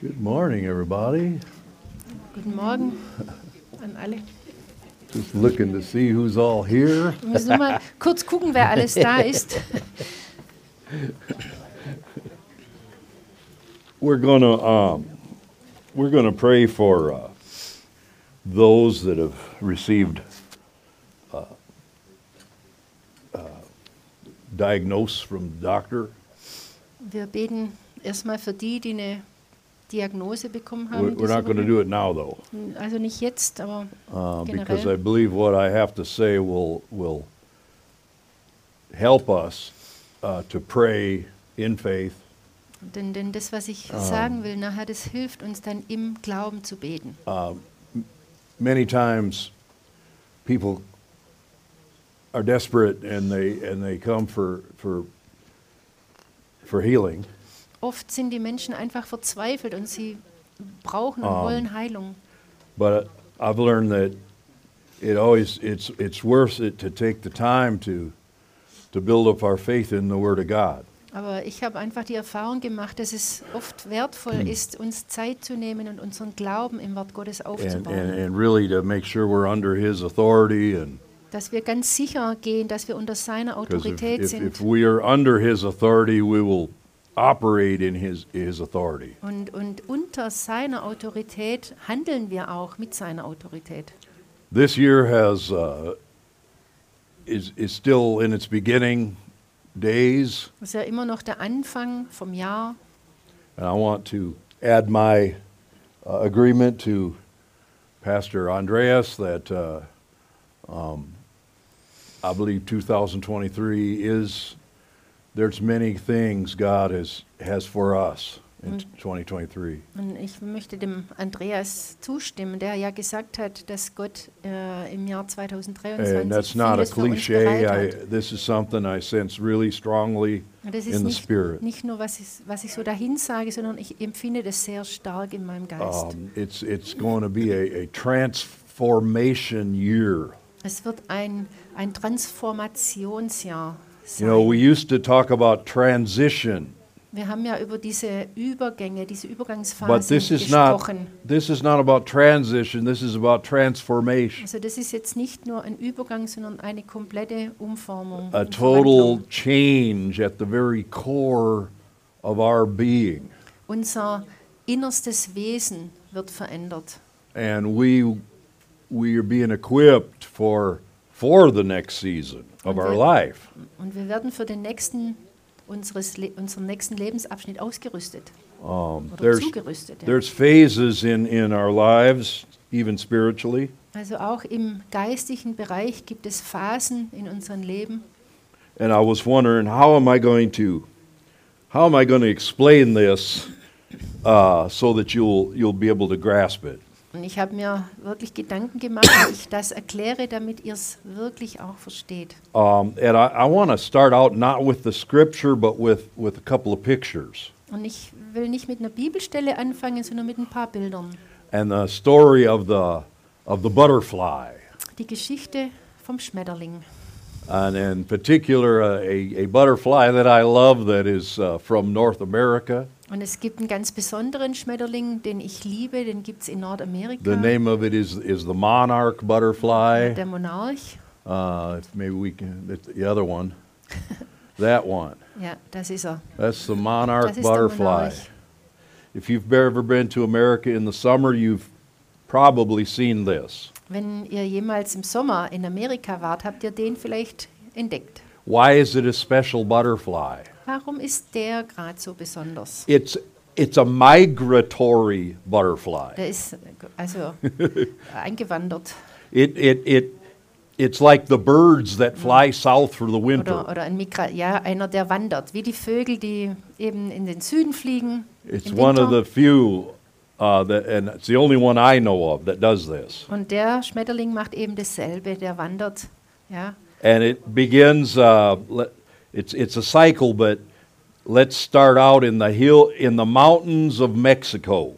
Good morning, everybody. Guten Morgen an alle. Just looking to see who's all here. Wir müssen nur mal kurz gucken, wer alles da ist. We're gonna, um, we're gonna pray for, uh, those that have received, uh, uh, diagnosis from doctor. Wir beten erstmal für die, die eine Diagnose bekommen haben. We're, we're diese not gonna Woche. do it now, though, Also nicht jetzt, aber uh, because I generell. believe what I have to say will, will help us, uh, to pray in faith Denn, denn das, was ich sagen will nachher, das hilft uns dann im Glauben zu beten. many times people are desperate and they and they come for for for healing Oft sind die Menschen einfach verzweifelt und sie brauchen und wollen Heilung. but i've learned that it always it's it's worth it to take the time to to build up our faith in the word of god Aber ich habe einfach die Erfahrung gemacht, dass es oft wertvoll ist, uns Zeit zu nehmen und unseren Glauben im Wort Gottes and, aufzubauen. and and really to make sure we're under his authority and dass wir ganz sicher gehen, dass wir unter seiner because Also if, Autorität if, sind. if we are under his authority we will operate in his his authority Und, und unter seiner Autorität handeln wir auch mit seiner Autorität. This year has, uh, is, is still in its beginning days, Das ist ja immer noch der Anfang vom Jahr. and I want to add my uh, agreement to Pastor Andreas that uh, um, I believe 2023 is, there's many things God has, has for us in 2023. Und ich möchte dem Andreas zustimmen, der ja gesagt hat, dass Gott äh, im Jahr 2023 And that's not a vieles für uns cliche. bereit I, hat. this is something I sense really strongly Und das ist in the nicht, spirit. nicht nur, was ich, was ich so dahin sage, sondern ich empfinde das sehr stark in meinem Geist. Um, it's it's going to be a, a transformation year. es wird ein, ein Transformationsjahr sein. You know, we used to talk about transition, Wir haben ja über diese Übergänge, diese but Übergangsphasen this is not gesprochen. this is not about transition. This is about transformation, Also das ist jetzt nicht nur ein Übergang, sondern eine komplette Umformung. a und total Verwandlung. change at the very core of our being, Unser innerstes Wesen wird verändert. and we we are being equipped for for the next season of our Okay. life. Und wir werden für den nächsten, unseres Le unseren nächsten Lebensabschnitt ausgerüstet. Oder Um, there's- zugerüstet. Ja. There's phases in in our lives, even spiritually. Also auch im geistigen Bereich gibt es Phasen in unserem Leben. and I was wondering how am I going to how am I going to explain this uh, so that you'll you'll be able to grasp it. Und ich habe mir wirklich Gedanken gemacht, wie ich das erkläre, damit ihr es wirklich auch versteht. Um, and I, I want to start out not with the scripture, but with with a couple of pictures. Und ich will nicht mit einer Bibelstelle anfangen, sondern mit ein paar Bildern. And the story of the of the butterfly, Die Geschichte vom Schmetterling. and in particular uh, a, a butterfly that I love that is uh, from North America. Und es gibt einen ganz besonderen Schmetterling, den ich liebe, den gibt es in Nordamerika. The name of it is is the monarch butterfly. der Monarch. Uh, if maybe we can it's the other one, that one. Ja, das ist er. That's the monarch Das ist der butterfly. Monarch. If you've ever been to America in the summer, you've probably seen this. Wenn ihr jemals im Sommer in Amerika wart, habt ihr den vielleicht entdeckt. Why is it a special butterfly? Warum ist der gerade so besonders? It's it's a migratory butterfly. Der ist also eingewandert It it it it's like the birds that fly south for the oder, winter. oder ein Migra ja, einer, der wandert, wie die Vögel, die eben in den Süden fliegen. It's im one of Winter. the few uh, that, and it's the only one I know of that does this. Und der Schmetterling macht eben dasselbe, der wandert. Ja. and it begins uh, le- it's it's a cycle but let's start out in the hill in the mountains of mexico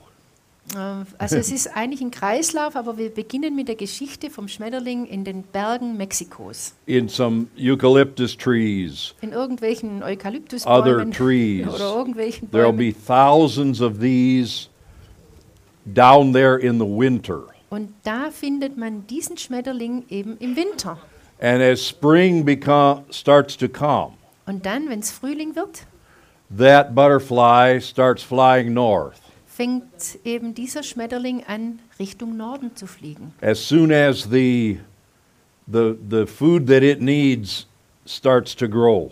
Ähm, Also es ist eigentlich ein Kreislauf, aber wir beginnen mit der Geschichte vom Schmetterling in den Bergen Mexikos. in some eucalyptus trees In irgendwelchen other Eukalyptusbäumen trees oder irgendwelchen there'll be Bäumen. thousands of these down there in the winter. Und da findet man diesen Schmetterling eben im Winter. And as spring become, starts to come, Und dann, wenn es Frühling wird, that butterfly starts flying north. fängt eben dieser Schmetterling an, Richtung Norden zu fliegen. As soon as the, the, the food that it needs starts to grow.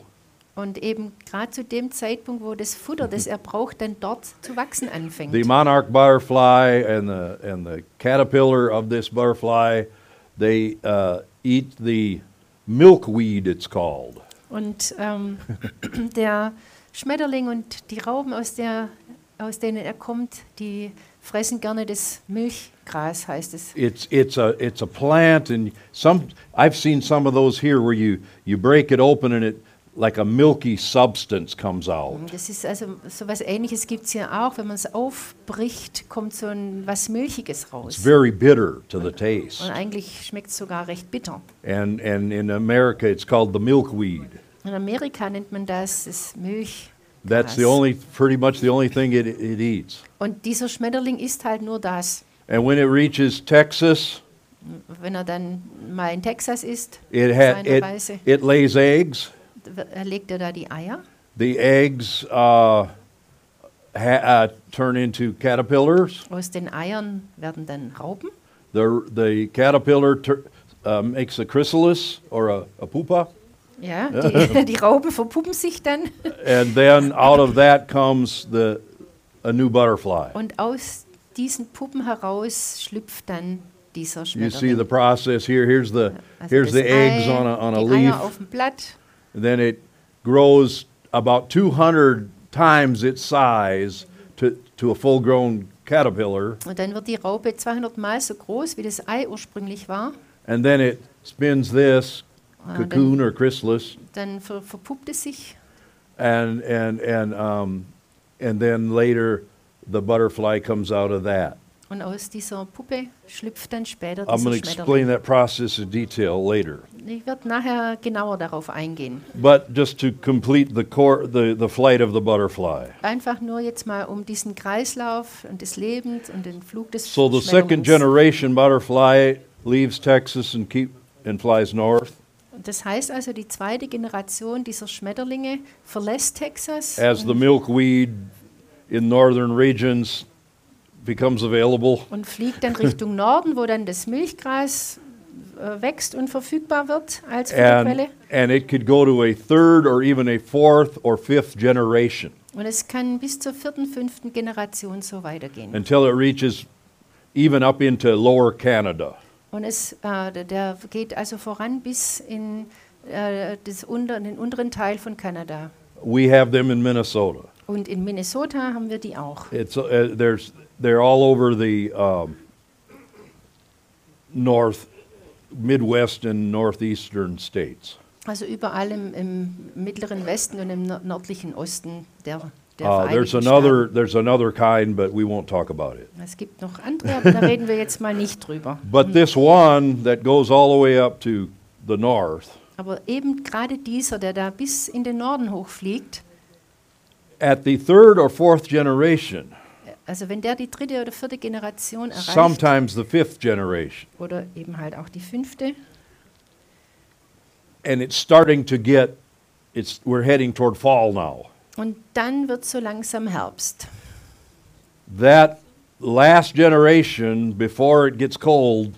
Und eben gerade zu dem Zeitpunkt, wo das Futter, das er braucht, dann dort zu wachsen anfängt. The monarch butterfly and the, and the caterpillar of this butterfly, they uh, eat the milkweed, it's called. Und ähm, der Schmetterling und die Rauben, aus, der, aus denen er kommt, die fressen gerne das Milchgras, heißt es. It's, it's, a, it's a plant, and some, I've seen some of those here where you, you break it open and it, like a milky substance comes out. Das ist also so was Ähnliches gibt es hier auch. Wenn man es aufbricht, kommt so ein was Milchiges It's raus. very bitter to the taste. Und eigentlich schmeckt es sogar recht bitter. And, and in America, it's called the milkweed. In Amerika nennt man das, das Milch. That's the only, pretty much the only thing it, it eats. Und dieser Schmetterling isst halt nur das. And when it reaches Texas, Wenn er dann mal in Texas ist, it, ha- Weiße. it, it lays eggs. legt er da die Eier. The eggs uh, ha- uh, turn into caterpillars. Aus den Eiern werden dann Raupen. The, the caterpillar tur uh, makes a chrysalis or a, a pupa. Ja, die, die Raupen verpuppen sich dann. And then out of that comes the, a new butterfly. Und aus diesen Puppen heraus schlüpft dann dieser You see Schmetterling. the process here. Here's the, Also here's das the eggs Ei, on a, on a die leaf. Eier auf dem Blatt. then it grows about 200 times its size to, to a full grown caterpillar, Und dann wird die Raupe 200 Mal so groß, wie das Ei ursprünglich war. and then it spins this Ah, then- cocoon or chrysalis, Dann ver verpuppt es sich. and, and, and, um, and then later the butterfly comes out of that. Und aus dieser Puppe schlüpft dann später I'm going dieser to explain Schmetterling. that process in detail later. Ich werde nachher genauer darauf eingehen. But just to complete the, cor- the, the flight of the butterfly. Einfach nur jetzt mal um diesen Kreislauf und des Lebens und den Flug des So the second Schmetterlings. generation butterfly leaves Texas and, keep, and flies north. Das heißt also, die zweite Generation dieser Schmetterlinge verlässt Texas. as the milkweed in northern regions becomes available, und fliegt dann Richtung Norden, wo dann das Milchgras äh, wächst und verfügbar wird als Futterquelle. and, and it could go to a third or even a fourth or fifth generation Und es kann bis zur vierten, fünften Generation so weitergehen. until it reaches even up into lower Canada. Und es äh, der- der geht also voran bis in äh, das unter, in den unteren Teil von Kanada. We have them in Minnesota. Und in Minnesota haben wir die auch. It's, uh, there's, they're all over the um, north, Midwest, and northeastern states. Also überall im, im mittleren Westen und im nor- nördlichen Osten der, der Uh, there's Vereinigten another, Staaten. there's another kind, but we won't talk about it. Es gibt noch andere, aber da reden wir jetzt mal nicht drüber. But this one that goes all the way up to the north, Aber eben gerade dieser, der da bis in den Norden hochfliegt, at the third or fourth generation, also wenn der die dritte oder vierte Generation erreicht sometimes the fifth generation, oder eben halt auch die fünfte, and it's starting to get, it's, we're heading toward fall now. und dann wird so langsam Herbst. That last generation, before it gets cold,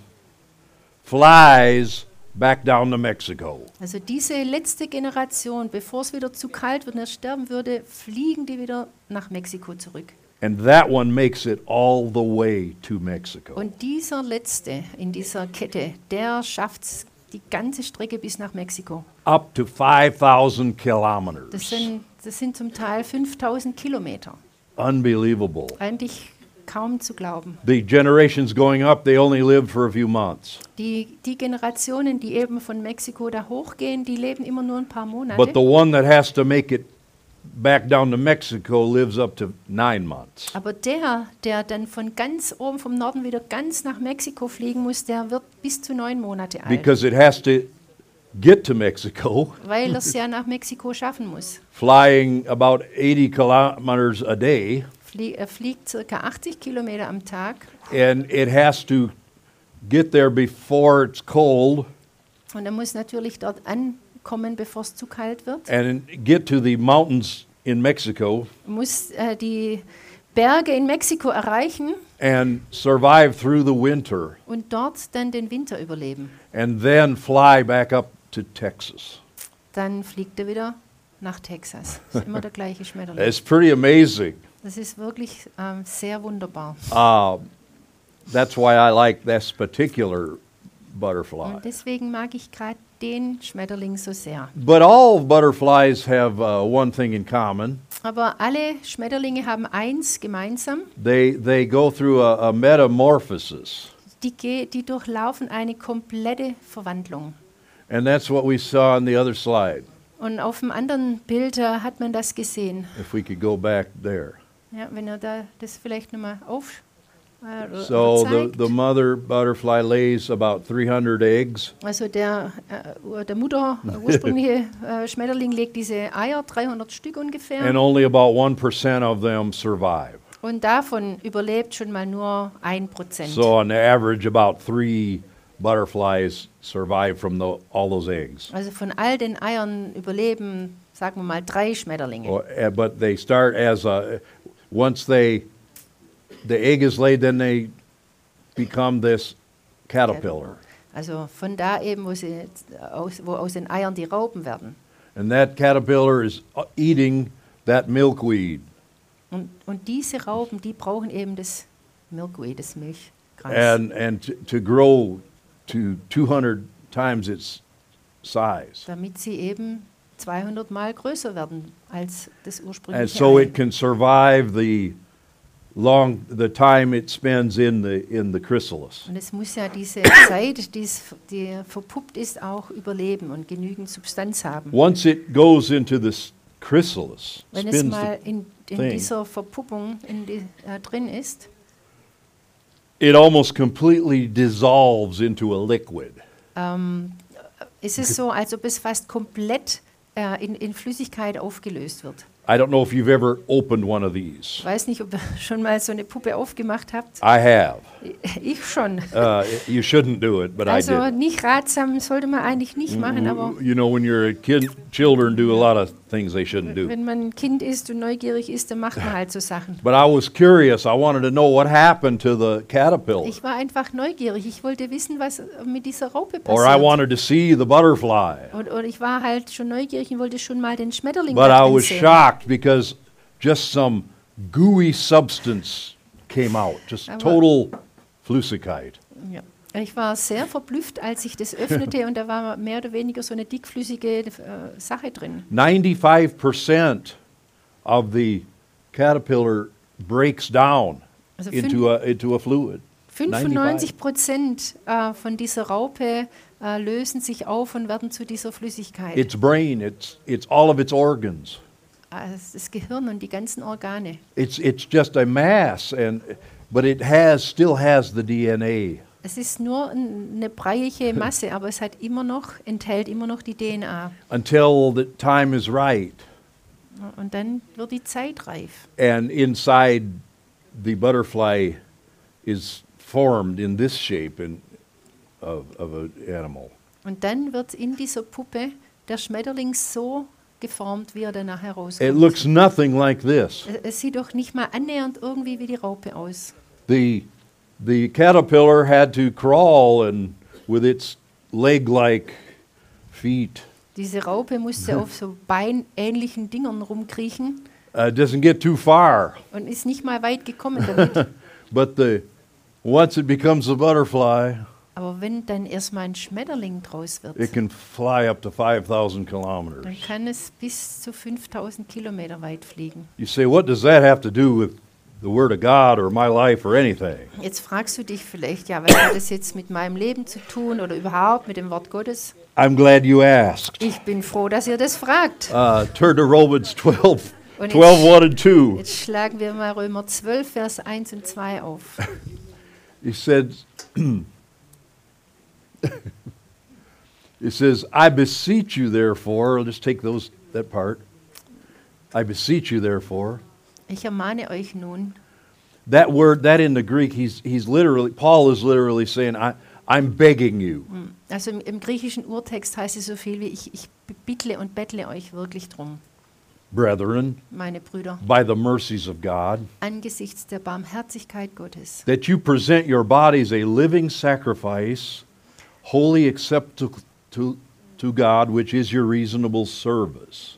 flies back down to Mexico. Also diese letzte Generation, bevor es wieder zu kalt wird und er sterben würde, fliegen die wieder nach Mexiko zurück. And that one makes it all the way to Mexico. Und dieser letzte in dieser Kette, der schafft die ganze Strecke bis nach Mexiko. Up to 5,000 Das kilometers. sind, das sind zum Teil 5000 Kilometer. Unbelievable. Eigentlich kaum zu glauben. the generations going up, they only lived for a few months. Die, die Generationen, die eben von Mexiko da hochgehen, die leben immer nur ein paar But the Monate. one that has to make it back down to Mexico lives up to nine months. Aber der, der dann von ganz oben vom Norden wieder ganz nach Mexiko fliegen muss, der wird bis zu neun Monate alt, Because it has to get to Mexico, weil er es ja nach Mexiko schaffen muss. flying about 80 kilometers a day, flie er fliegt circa 80 Kilometer am Tag and it has to get there before it's cold und er muss natürlich dort ankommen, bevor es zu kalt wird. and get to the mountains in Mexico Er muss äh, die Berge in Mexiko erreichen and survive through the winter und dort dann den Winter überleben. and then fly back up to Texas. Dann fliegt er wieder nach Texas. Ist immer der gleiche Schmetterling. It's pretty amazing. Das ist wirklich ähm, sehr wunderbar. That's why I like this particular butterfly. Und deswegen mag ich gerade den Schmetterling so sehr. But all butterflies have uh, one thing in common. Aber alle Schmetterlinge haben eins gemeinsam, They, they go through a, a metamorphosis. die, ge- die durchlaufen eine komplette Verwandlung. And that's what we saw on the other slide, Und auf dem anderen Bild äh, hat man das gesehen. if we could go back there. Ja, wenn er da das vielleicht nochmal auf äh, oder So the, zeigt. the mother butterfly lays about 300 eggs, Also der, äh, ur- der Mutter, der ursprüngliche äh, Schmetterling legt diese Eier, 300 Stück and ungefähr. only about 1% of them survive. Und davon überlebt schon mal nur ein Prozent. So on average, about three butterflies survive from the, all those eggs. Also von all den Eiern überleben, sagen wir mal, drei Schmetterlinge. Or- eh, But they start as a, once they, the egg is laid, then they become this caterpillar. Also von da eben, wo, sie, jetzt äh, aus, wo aus den Eiern die Raupen werden. And that caterpillar is uh, eating that milkweed. Und, und diese Raupen, die brauchen eben das Milkweed, das Milchgras. and and to, to grow to 200 times its size damit sie eben 200 Mal größer werden als das and ursprüngliche. Äh, so Ei. it can survive the long the time it spends in the in the chrysalis und es muss ja diese Zeit, die, es, die verpuppt ist, auch überleben und genügend Substanz haben. once it goes into this chrysalis Wenn es spins mal the- in, in thing. dieser Verpuppung in die, äh, drin ist, it almost completely dissolves into a liquid ist es so, als ob es fast komplett äh, in, in Flüssigkeit aufgelöst wird. i don't know if you've ever opened one of Ich these weiß nicht, ob ihr schon mal so eine Puppe aufgemacht habt. i have Ich schon. uh, you shouldn't do it but i Also did nicht ratsam sollte man eigentlich nicht machen, aber W- you know when you're a kid children do a lot of things they shouldn't do wenn man ein Kind ist und neugierig ist, dann macht man halt so Sachen. But I was curious. I wanted to know what happened to the caterpillar. Ich war einfach neugierig. Ich wollte wissen, was äh, mit dieser Raupe Or I passiert. wanted to see the butterfly. Und, und ich war halt schon neugierig und wollte schon mal den Schmetterling But da I drin was sehen. shocked because just some gooey substance came out. Just Aber- total flusikite. Ja. Ich war sehr verblüfft, als ich das öffnete und da war mehr oder weniger so eine dickflüssige äh, Sache drin. 95% of the caterpillar breaks down Also fün- into a, into a fluid. 95 Prozent äh, von dieser Raupe äh, lösen sich auf und werden zu dieser Flüssigkeit. Its brain, its, its all of its organs. Also das Gehirn und die ganzen Organe. It's, it's just a mass, and, but it has, still has the DNA Es ist nur ein, eine breiige Masse, aber es hat immer noch, enthält immer noch die DNA. until the time is right. Und dann wird die Zeit reif. And inside the butterfly is formed in this shape in, of, of an animal. Und dann wird in dieser Puppe der Schmetterling so geformt, wie er danach herauskommt. It looks nothing like this. Es- es sieht doch nicht mal annähernd irgendwie wie die Raupe aus. The, the caterpillar had to crawl and with its leg like feet. Diese Raupe musste auf so beinähnlichen Dingern rumkriechen Uh, it doesn't get too far, und ist nicht mal weit gekommen damit. but the, once it becomes a butterfly, Aber wenn dann erstmal ein Schmetterling draus it wird, can fly up to 5,000 dann kilometers. kann es bis zu 5000 Kilometer weit fliegen. You say, what does that have to do with the Word of God or my life or anything? Jetzt fragst du dich vielleicht, ja, was hat das jetzt mit meinem Leben zu tun oder überhaupt mit dem Wort Gottes? I'm glad you asked. Ich bin froh, dass ihr das fragt. Uh, turn to Romans 12, When 12, it's- 1 and 2. Jetzt schlagen wir mal Römer 12, Vers 1 und 2 auf. He said, It says, I beseech you, therefore, I'll just take those that part. I beseech you, therefore, Ich ermahne euch nun, That word, that in the Greek, he's, he's literally, Paul is literally saying, I, I'm begging you. also im, im griechischen Urtext heißt es so viel wie ich, ich bittle und bettle euch wirklich drum, brethren, meine Brüder, by the mercies of God, angesichts der Barmherzigkeit Gottes, that you present your bodies a living sacrifice, wholly acceptable to, to God, which is your reasonable service.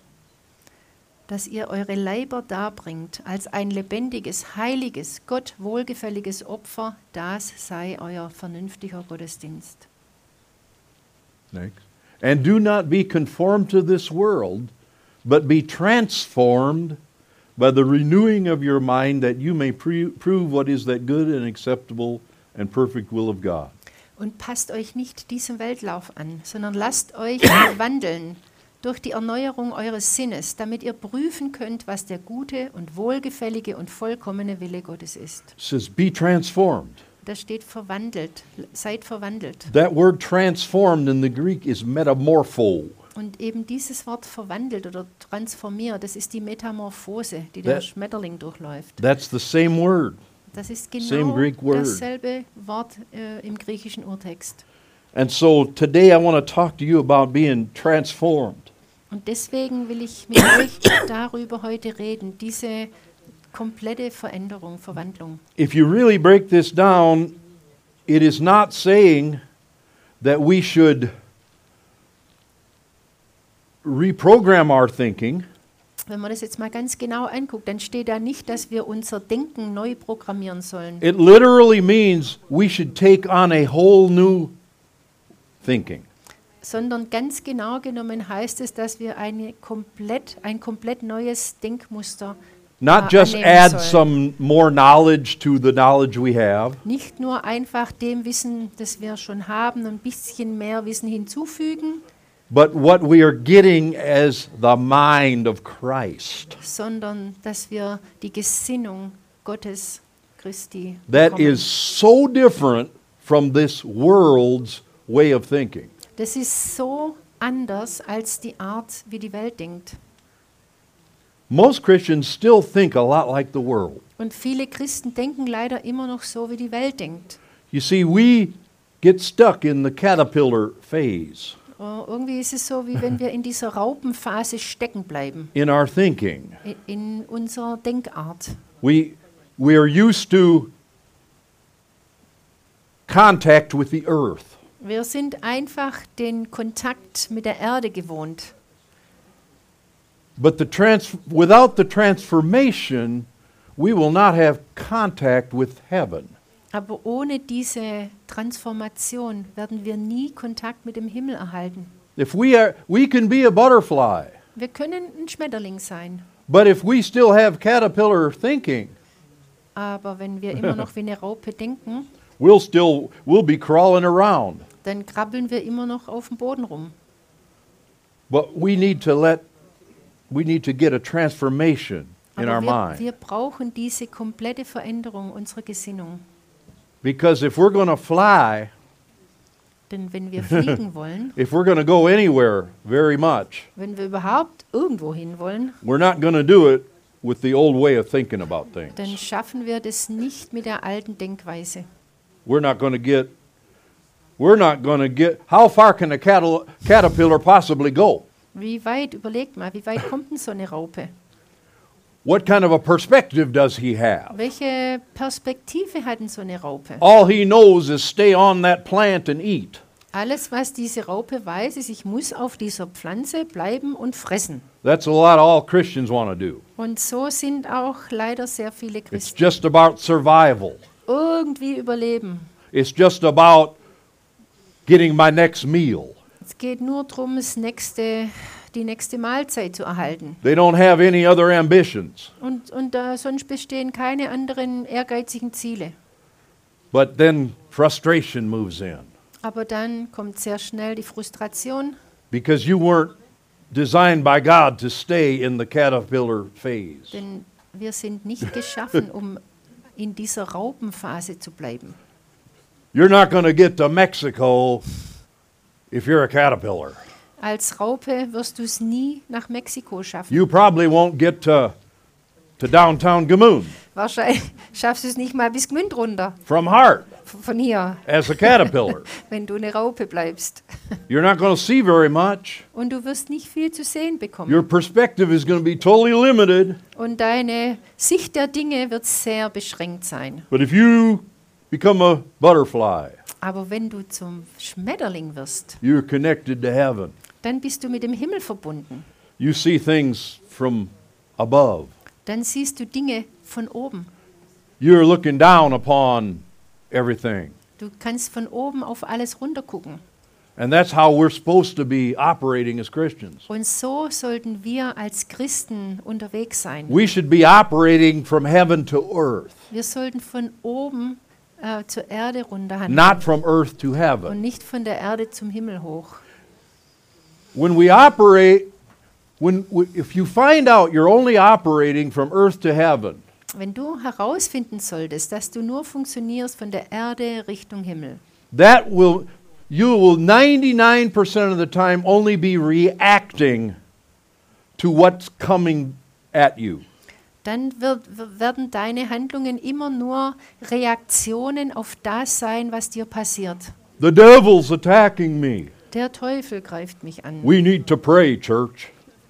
dass ihr eure Leiber darbringt als ein lebendiges, heiliges, Gott wohlgefälliges Opfer, das sei euer vernünftiger Gottesdienst. Next. And do not be conformed to this world, but be transformed by the renewing of your mind, that you may pre- prove what is that good and acceptable and perfect will of God. Und passt euch nicht diesem Weltlauf an, sondern lasst euch wandeln durch die Erneuerung eures Sinnes, damit ihr prüfen könnt, was der gute und wohlgefällige und vollkommene Wille Gottes ist. It says, be transformed. Da steht verwandelt, seid verwandelt. That word transformed in the Greek is metamorpho. Und eben dieses Wort verwandelt oder transformiert, das ist die Metamorphose, die Da- der Schmetterling durchläuft. That's the same word. Das ist Same genau Greek word. dasselbe Wort äh, im griechischen Urtext. And so today I want to talk to you about being transformed. Und deswegen will ich mit euch darüber heute reden, diese komplette Veränderung, Verwandlung. If you really break this down, it is not saying that we should reprogram our thinking, Wenn man das jetzt mal ganz genau anguckt, dann steht da nicht, dass wir unser Denken neu programmieren sollen. it literally means we should take on a whole new thinking. sondern ganz genau genommen heißt es, dass wir eine komplett, ein komplett neues Denkmuster Not Ah, just annehmen add some sollen. more knowledge to the knowledge we have. Nicht nur einfach dem Wissen, das wir schon haben, ein bisschen mehr Wissen hinzufügen, But what we are getting is the mind of Christ. sondern dass wir die Gesinnung Gottes Christi That bekommen. is so different from this world's way of thinking. das ist so anders als die Art, wie die Welt denkt. Most Christians still think a lot like the world. Und viele Christen denken leider immer noch so, wie die Welt denkt. You see, we get stuck in the caterpillar phase Oh, irgendwie ist es so, wie wenn wir in dieser Raupenphase stecken bleiben, in our thinking. i- in unserer Denkart. We, we are used to contact with the earth. Wir sind einfach den Kontakt mit der Erde gewohnt. But the trans- without the transformation, we will not have contact with heaven. Aber ohne diese Transformation werden wir nie Kontakt mit dem Himmel erhalten. If we are, we can be a butterfly, Wir können ein Schmetterling sein, but if we still have caterpillar thinking, aber wenn wir immer noch wie eine Raupe denken, we'll still we'll be crawling around. dann krabbeln wir immer noch auf dem Boden rum. But we need to let we need to get a transformation in Aber our wir, mind wir brauchen diese komplette Veränderung unserer Gesinnung. because if we're going to fly, Denn wenn wir fliegen wollen, if we're going to go anywhere very much, wenn wir überhaupt irgendwo hin wollen, we're not going to do it with the old way of thinking about dann things. schaffen wir das nicht mit der alten Denkweise. We're not going to get we're not going to get how far can a catal- caterpillar possibly go? Wie weit, überlegt mal, wie weit kommt denn so eine Raupe? What kind of a perspective does he have? Welche Perspektive hat denn so eine Raupe? All he knows is stay on that plant and eat. Alles, was diese Raupe weiß, ist, ich muss auf dieser Pflanze bleiben und fressen. That's a lot all Christians want to do. Und so sind auch leider sehr viele It's Christen just about survival. irgendwie überleben. It's just about getting my next meal. Es geht nur darum, das nächste, die nächste Mahlzeit zu erhalten. They don't have any other ambitions. Und, und äh, sonst bestehen keine anderen ehrgeizigen Ziele. But then frustration moves in Aber dann kommt sehr schnell die Frustration, because you weren't designed by God to stay in the caterpillar phase. denn wir sind nicht geschaffen, um in dieser Raupenphase zu bleiben. You're not going to get to Mexico if you're a caterpillar. Als Raupe wirst du es nie nach Mexiko schaffen. You probably won't get to to downtown Gamoon Wahrscheinlich schaffst du es nicht mal bis Gmünd runter from heart f- von hier, as a caterpillar. wenn du eine Raupe bleibst. You're not going to see very much. Und du wirst nicht viel zu sehen bekommen. Your perspective is going to be totally limited. Und deine Sicht der Dinge wird sehr beschränkt sein. But if you become a butterfly, Aber wenn du zum Schmetterling wirst, you're connected to heaven. dann bist du mit dem Himmel verbunden. You see things from above. Dann siehst du Dinge von oben. You're looking down upon everything. Du kannst von oben auf alles runtergucken. And that's how we're supposed to be operating as Christians. Und so sollten wir als Christen unterwegs sein. We should be operating from heaven to earth, Wir sollten von oben äh, zur Erde runter handeln not from earth to und heaven. nicht von der Erde zum Himmel hoch. When we operate, when we, if you find out you're only operating from earth to heaven, Wenn du herausfinden solltest, dass du nur funktionierst von der Erde Richtung Himmel, that will you will 99% of the time only be reacting to what's coming at you. dann wird, w- werden deine Handlungen immer nur Reaktionen auf das sein, was dir passiert. The devil's attacking me. Der Teufel greift mich an. We need to pray, church.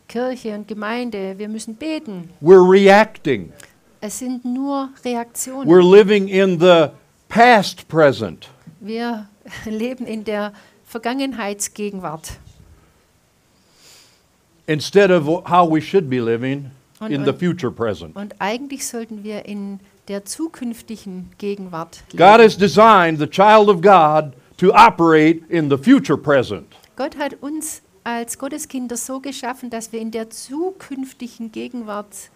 Kirche und Gemeinde, wir müssen beten. We're reacting. Es sind nur Reaktionen. We're living in the past present. Wir leben in der Vergangenheitsgegenwart. instead of wh- how we should be living Und- in the und- future present. Und eigentlich sollten wir in der zukünftigen Gegenwart God leben. has designed the child of God to operate in the future present. Gott hat uns als Gotteskinder so geschaffen, dass wir in der zukünftigen Gegenwart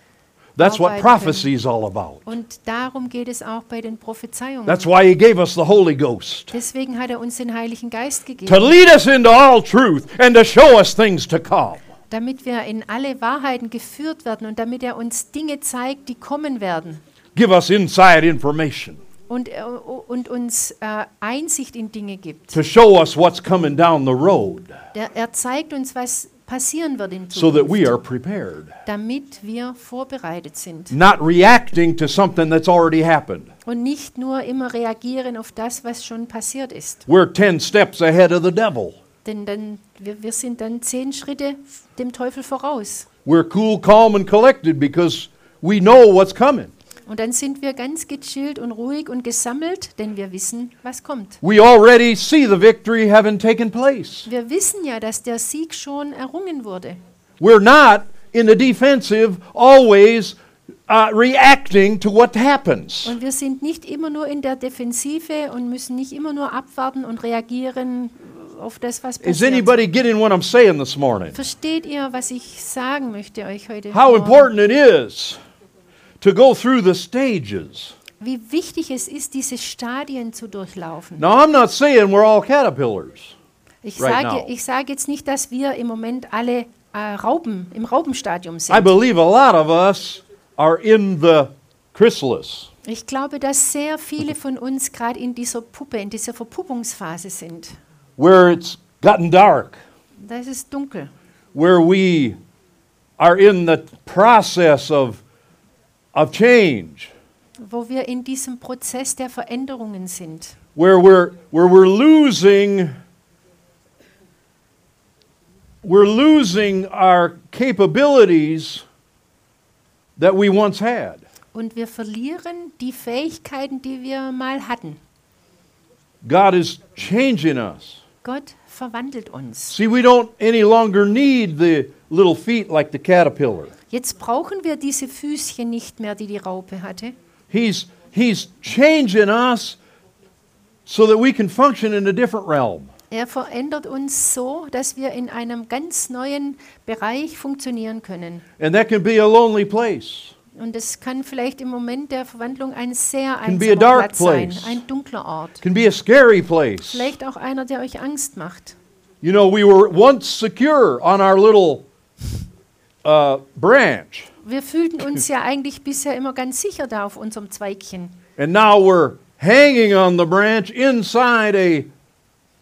That's Arbeiten what können. prophecy is all about. und darum geht es auch bei den Prophezeiungen. That's why He gave us the Holy Ghost Deswegen hat er uns den Heiligen Geist to gegeben, lead us into all truth and to show us things to come. damit wir in alle Wahrheiten geführt werden und damit er uns Dinge zeigt, die kommen werden Give us inside information und, äh, und uns äh, Einsicht in Dinge gibt. to show us what's coming down the road Der, er zeigt uns, was passieren wird in so that we Zukunft, are prepared, damit wir vorbereitet sind not reacting to something that's already happened. und nicht nur immer reagieren auf das, was schon passiert ist. We're 10 steps ahead of the devil. Denn dann, wir, wir sind dann zehn Schritte dem Teufel voraus. We're cool, calm, and collected because we know what's coming. Und dann sind wir ganz gechillt und ruhig und gesammelt, denn wir wissen, was kommt. We already see the victory having taken place. Wir wissen ja, dass der Sieg schon errungen wurde. We're not in the defensive, always uh, reacting to what happens. Und wir sind nicht immer nur in der Defensive und müssen nicht immer nur abwarten und reagieren auf das, was Is passiert. anybody getting what I'm saying this morning? Versteht ihr, was ich sagen möchte euch heute? How Morgen? important it is to go through the stages. Wie wichtig es ist, diese Stadien zu durchlaufen. Now, I'm not saying we're all caterpillars. Ich Right sage, now. ich sage jetzt nicht, dass wir im Moment alle äh, Raupen, im Raupenstadium I sind. believe a lot of us are in the chrysalis. Ich glaube, dass sehr viele von uns gerade in dieser Puppe, in dieser Verpuppungsphase sind. where it's gotten dark, Da ist es dunkel. where we are in the process of, of change, wo wir in diesem Prozess der Veränderungen sind, where we're, where we're losing we're losing our capabilities that we once had. und wir verlieren die Fähigkeiten, die wir mal hatten. God is changing us. Gott verwandelt uns. See, we don't any longer need the little feet like the caterpillar. Jetzt brauchen wir diese Füßchen nicht mehr, die die Raupe hatte. He's, he's changing us so that we can function in a different realm. Er verändert uns so, dass wir in einem ganz neuen Bereich funktionieren können. And that can be a lonely place. Und es kann vielleicht im Moment der Verwandlung ein sehr Can be a einsamer dark Platz sein, place. ein dunkler Ort. can be a scary place. Vielleicht auch einer, der euch Angst macht. You know, we were once secure on our little uh, branch, Wir fühlten uns ja eigentlich bisher immer ganz sicher da auf unserem Zweigchen. and now we're hanging on the branch inside a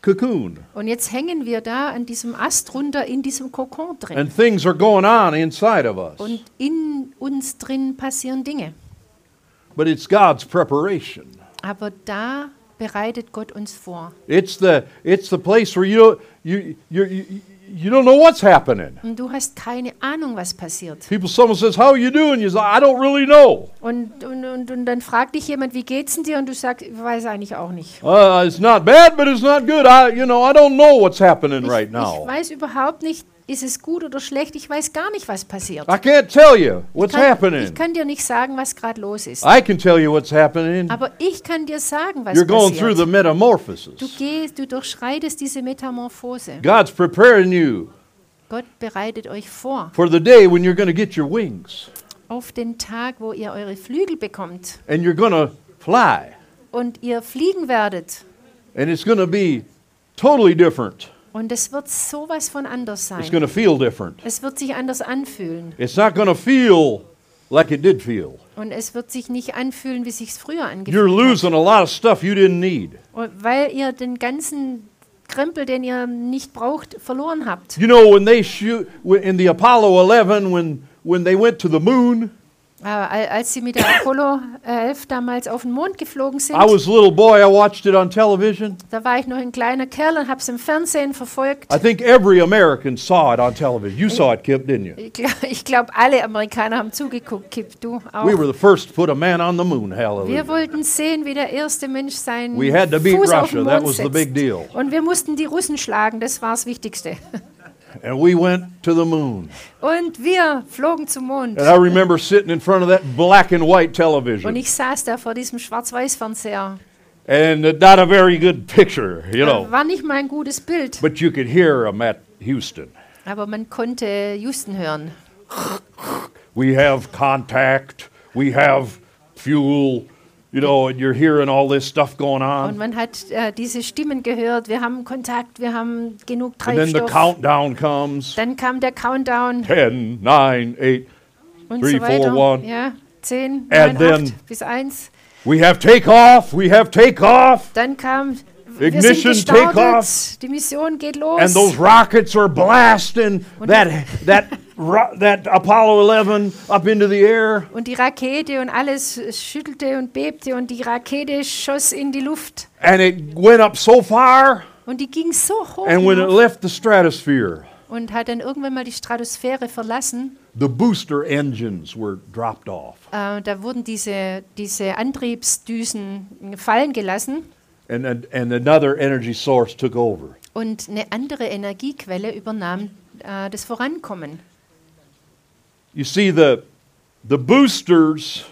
cocoon. Und jetzt hängen wir da an diesem Ast runter in diesem Kokon drin. Oh, And things are going on inside of us. und in uns drin passieren Dinge. But it's God's preparation. Aber da bereitet Gott uns vor. It's the it's the place where you you you you, you don't know what's happening. Und du hast keine Ahnung, was passiert. People, someone says, "How are you doing?" You say, "I don't really know. Und, und, und, und dann fragt dich jemand, wie geht's denn dir? Und du sagst, ich weiß eigentlich auch nicht. Uh, it's not bad, but it's not good. I you know I don't know what's happening Ich, right ich now. weiß überhaupt nicht, ist es gut oder schlecht. Ich weiß gar nicht, was passiert. I can't tell you what's kann, ich happening. kann dir nicht sagen, was gerade los ist. I can tell you what's happening. Aber ich kann dir sagen, was You're going through the passiert. Du metamorphosis. gehst, du durchschreitest diese Metamorphose. God's preparing you Gott bereitet euch vor for the day when you're going to get your wings auf den Tag, wo ihr eure Flügel bekommt and you're going to fly, und ihr fliegen werdet. and it's going to be totally different. Und es wird sowas von anders It's sein. going to feel different. Es wird sich anders anfühlen. It's not going to feel like it did feel. Und es wird sich nicht anfühlen, wie sich's früher You're angefühlt hat. losing a lot of stuff you didn't need. Und Weil ihr den ganzen Krempel, den ihr nicht braucht, verloren habt. You know, when they shoot when- in the Apollo 11, when, when they went to the moon, Äh, al- als sie mit der Apollo äh, 11 damals auf den Mond geflogen sind, I was a little boy, I watched it on television. da war ich noch ein kleiner Kerl und hab's im Fernsehen verfolgt. I think every American saw it on television. You saw it, Kip, didn't you? Ich glaube, glaub, alle Amerikaner haben zugeguckt, Kip, du auch. We were the first to put a man on the moon. wir Hallelujah. wollten sehen, wie der erste Mensch seinen We had to beat Fuß auf Russia. den That Mond was the setzt. big deal. Und wir mussten die Russen schlagen, das war das Wichtigste. And we went to the moon. Und wir flogen zum Mond. And I remember sitting in front of that black and white Und television. ich saß da vor diesem Schwarz-Weiß-Fernseher. And not a very good picture, you know. War nicht mal ein gutes Bild, But you could hear him at Houston. aber man konnte Houston hören. we have contact, we have fuel, you know, and you're hearing all this stuff going Und on. man hat äh, diese Stimmen gehört, wir haben Kontakt, wir haben genug And then the Treibstoff. countdown comes Dann kam der Countdown 10, 9, 8. und Three, so weiter. four, one. Ja, 10, And 9, 8 then- bis 1. We have takeoff, we have takeoff, Dann kam, wir sind Ignition, gestartet, Takeoff. die Mission geht los. and those rockets are blasting that, that, ro- that Apollo 11 up into the air. und die Rakete und alles es schüttelte und bebte und die Rakete schoss in die Luft. And it went up so far, Und die ging so hoch and when it hinauf left the stratosphere, und hat dann irgendwann mal die Stratosphäre verlassen. the booster engines were dropped off. Äh, da wurden diese, diese Antriebsdüsen fallen gelassen And, and, and another energy source took over. und eine andere Energiequelle übernahm äh, das Vorankommen. You see, the, the boosters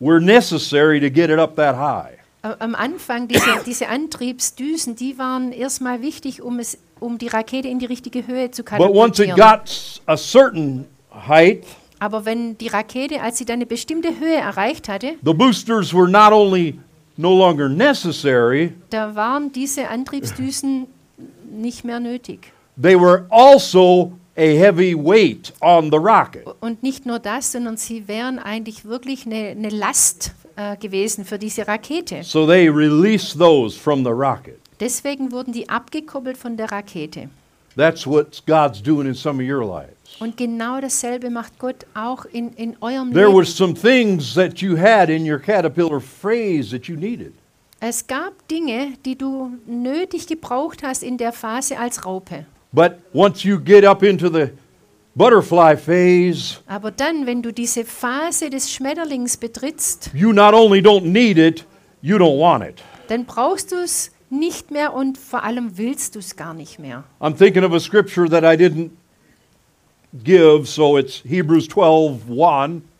were necessary to get it up that high. Ä- Äh, Am Anfang, diese, diese Antriebsdüsen, die waren erstmal wichtig, um, es, um die Rakete in die richtige Höhe zu But once it katapultieren. got s- a certain height, Aber wenn die Rakete, als sie dann eine bestimmte Höhe erreicht hatte, the boosters were not only no longer necessary, da waren diese Antriebsdüsen nicht mehr nötig. they were also a heavy weight on the rocket. Und nicht nur das, sondern sie wären eigentlich wirklich eine, eine Last äh, gewesen für diese Rakete. So they released those from the rocket. Deswegen wurden die abgekoppelt von der Rakete. That's what God's doing in some of your lives. Und genau dasselbe macht Gott auch in, in eurem There Leben. were some things that you had in your caterpillar phrase that you needed. Es gab Dinge, die du nötig gebraucht hast in der Phase als Raupe. But once you get up into the butterfly phase, Aber dann, wenn du diese Phase des Schmetterlings betrittst, you not only don't need it, you don't want it. dann brauchst du es nicht mehr und vor allem willst du es gar nicht mehr. I'm thinking of a scripture that I didn't give, so it's Hebrews 12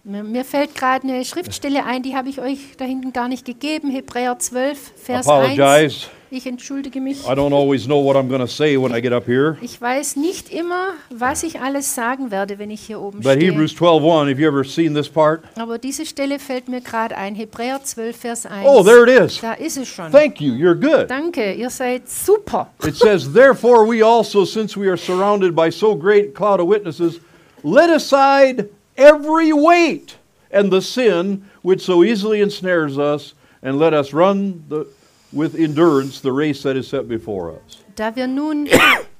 Mir mir fällt gerade eine Schriftstelle ein, die habe ich euch da hinten gar nicht gegeben. Hebräer 12, Vers 1. Apologize. Ich entschuldige mich. I don't always know what I'm going to say when I get up here. Ich weiß nicht immer, was ich alles sagen werde, wenn ich hier oben But stehe. Hebrews 12 have you ever seen this part? Aber diese Stelle fällt mir gerade ein. Hebräer 12, Vers 1. Oh, there it is. Da ist es schon. Thank you, you're good. Danke, ihr seid super. It says, Therefore, we also, since we are surrounded by so great a cloud of witnesses, let aside every weight and the sin which so easily ensnares us, and let us run the, with endurance the race that is set before us. Da wir nun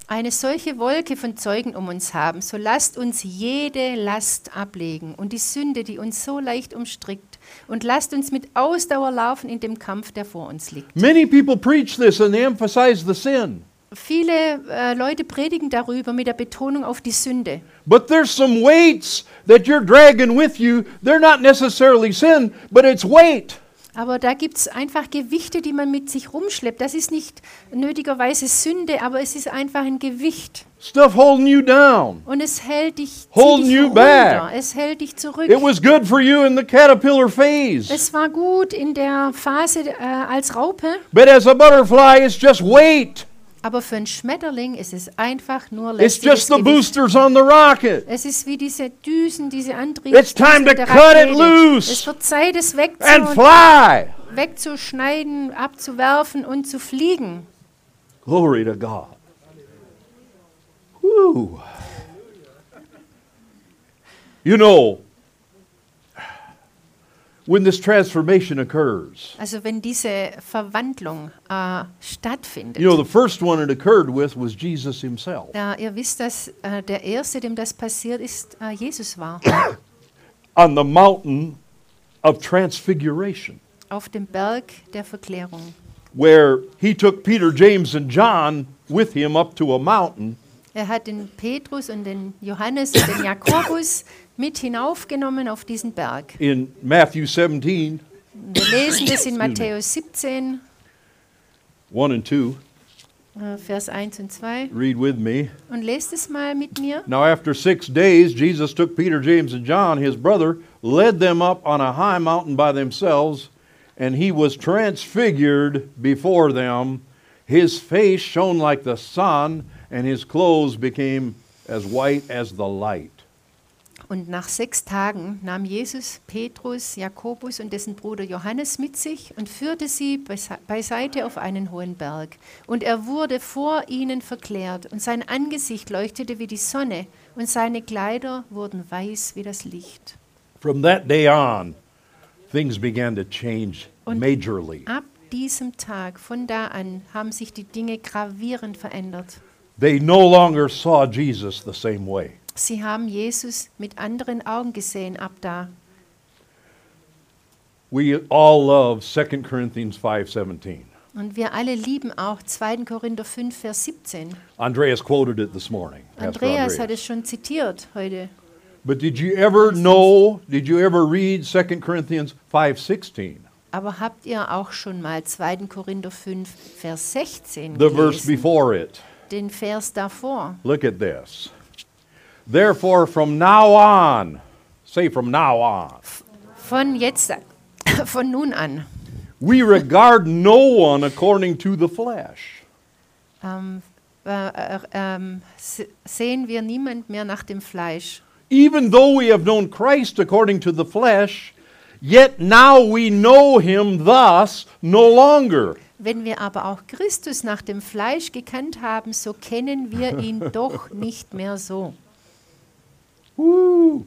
eine solche Wolke von Zeugen um uns haben, so lasst uns jede Last ablegen und die Sünde, die uns so leicht umstrickt, und lasst uns mit Ausdauer laufen in dem Kampf, der vor uns liegt. Many people preach this and they emphasize the sin. Viele äh, Leute predigen darüber mit der Betonung auf die Sünde. But there's some weights that you're dragging with you. They're not necessarily sin, but it's weight. Aber da gibt es einfach Gewichte, die man mit sich rumschleppt. Das ist nicht nötigerweise Sünde, aber es ist einfach ein Gewicht. Stuff holding you down. Und es hält dich, zieht Holding dich you runter. back. Es hält dich zurück. It was good for you in the caterpillar phase. Es war gut in der Phase äh, als Raupe, But as a butterfly, it's just weight. aber für einen Schmetterling ist es einfach nur It's lästiges just the Gewicht. boosters on the rocket. Es ist wie diese Düsen, diese Antriebe. It's time to cut it loose Es wird Zeit, es wegzu And fly. wegzuschneiden, abzuwerfen und zu fliegen. Glory to God. Whew. You know, when this transformation occurs, Also wenn diese Verwandlung äh, stattfindet. you know, the first one it occurred with was Jesus himself. Ja, ihr wisst, dass äh, der Erste, dem das passiert ist, äh, Jesus war. on the mountain of transfiguration, auf dem Berg der Verklärung. where he took Peter, James, and John with him up to a mountain, Er hat den Petrus und den Johannes und den Jakobus mit hinaufgenommen auf diesen Berg. in Matthew 17 Wir lesen das in Matthäus 17, 1 and 2. äh, Vers 1 und 2. Read with me. Und lest es mal mit mir. Now, after six days, Jesus took Peter, James, and John, his brother, led them up on a high mountain by themselves, and he was transfigured before them. His face shone like the sun, and his clothes became as white as the light. Und nach sechs Tagen nahm Jesus Petrus, Jakobus und dessen Bruder Johannes mit sich und führte sie beise- beiseite auf einen hohen Berg. Und er wurde vor ihnen verklärt, und sein Angesicht leuchtete wie die Sonne, und seine Kleider wurden weiß wie das Licht. From that day on, things began to change Und- majorly. Ab diesem Tag, von da an, haben sich die Dinge gravierend verändert. They no longer saw Jesus the same way. Sie haben Jesus mit anderen Augen gesehen ab da. We all love 2 Corinthians 5:17. Und wir alle lieben auch 2. Korinther 5, Vers 17. Andreas quoted it this morning. Pastor Andreas hat Andreas. es schon zitiert heute. But did you ever know, did you ever read 2 Corinthians 5:16? Aber habt ihr auch schon mal 2. Korinther 5, Vers 16 The verse gelesen? before it. Den Vers davor. Look at this. Therefore from now on, say from now on, Von jetzt, an- von nun an. we regard no one according to the flesh. Ähm, äh, äh, ähm, se- sehen wir niemand mehr nach dem Fleisch. Even though we have known Christ according to the flesh, yet now we know him thus no longer. Wenn wir aber auch Christus nach dem Fleisch gekannt haben, so kennen wir ihn doch nicht mehr so. Woo!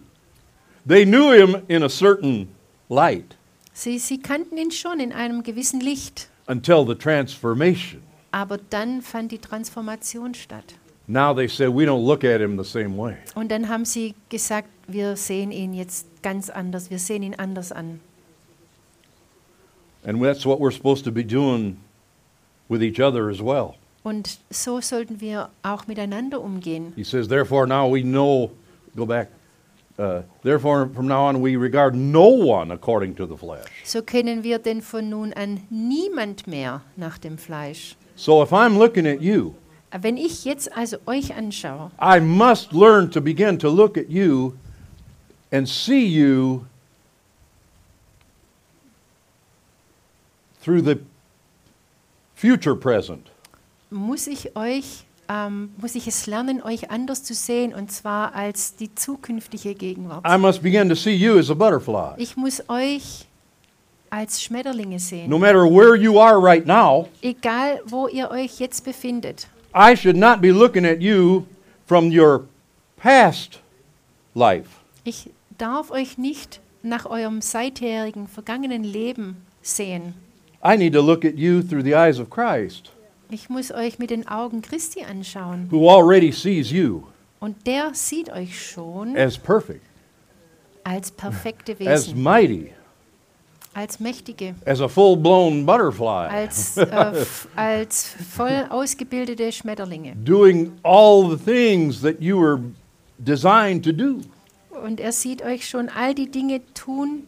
They knew him in a certain light Sie, sie kannten ihn schon in einem gewissen Licht, until the transformation. aber dann fand die Transformation statt. Now they said, we don't look at him the same way. Und dann haben sie gesagt, wir sehen ihn jetzt ganz anders, wir sehen ihn anders an. And that's what we're supposed to be doing with each other as well. Und so sollten wir auch miteinander umgehen. He says, therefore now we know, go back, uh, therefore from now on we regard no one according to the flesh. So kennen wir denn von nun an niemand mehr nach dem Fleisch. So if I'm looking at you, Wenn ich jetzt also euch anschaue, I must learn to begin to look at you and see you through the future present. muss ich euch, ähm, muss ich es lernen, euch anders zu sehen, und zwar als die zukünftige Gegenwart. I must begin to see you as a butterfly. Ich muss euch als Schmetterlinge sehen. No matter where you are right now, Egal, wo ihr euch jetzt befindet. I should not be looking at you from your past life. Ich darf euch nicht nach eurem seitherigen, vergangenen Leben sehen. I need to look at you through the eyes of Christ. Ich muss euch mit den Augen Christi anschauen. who already sees you Und der sieht euch schon as perfect, als perfekte as Wesen, mighty, als Mächtige, as a full blown butterfly, als, äh, f- als voll ausgebildete Schmetterlinge. doing all the things that you were designed to do. Und er sieht euch schon all die Dinge tun,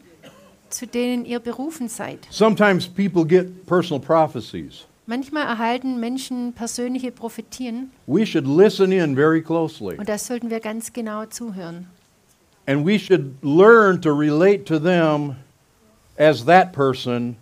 zu denen ihr berufen seid. Sometimes people get personal prophecies. Manchmal erhalten Menschen persönliche Prophetien We should listen in very closely, und da sollten wir ganz genau zuhören. and we should learn to relate to them as that person,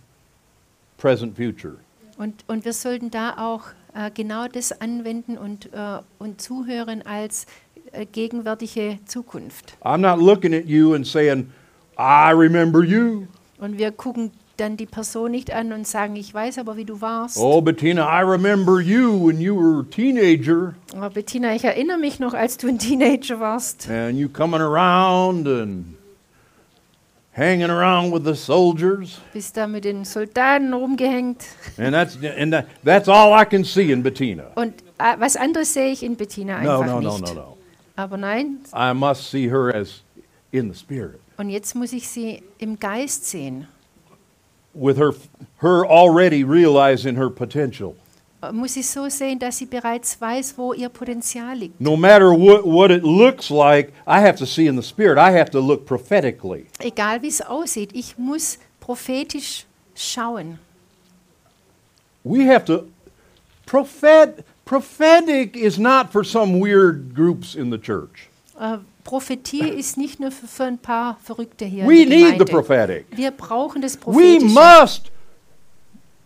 present, future. Und, und wir sollten da auch äh, genau das anwenden und, äh, und zuhören als äh, gegenwärtige Zukunft. I'm not looking at you and saying, I remember you. Und wir gucken dann die Person nicht an und sagen, ich weiß aber, wie du warst. Oh, Bettina, I remember you when you were a teenager Oh, Bettina, ich erinnere mich noch, als du ein Teenager warst. and you coming around and hanging around with the soldiers. Bist da mit den Soldaten rumgehängt. And that's, and that, that's all I can see in Bettina. Und äh, was anderes sehe ich in Bettina No, no, einfach no, nicht. no, no. Aber nein, I must see her as in the spirit und jetzt muss ich sie im Geist sehen. with her, her already realizing her potential. Äh, Muss ich so sehen, dass sie bereits weiß, wo ihr Potenzial liegt. No matter what, what it looks like, I have to see in the spirit. I have to look prophetically. Egal wie es aussieht, ich muss prophetisch schauen. We have to prophet prophetic is not for some weird groups in the church. Äh, Prophetie ist nicht nur für, für ein paar Verrückte hier. We in der need the Gemeinde. prophetic. Wir brauchen das We Prophetische. must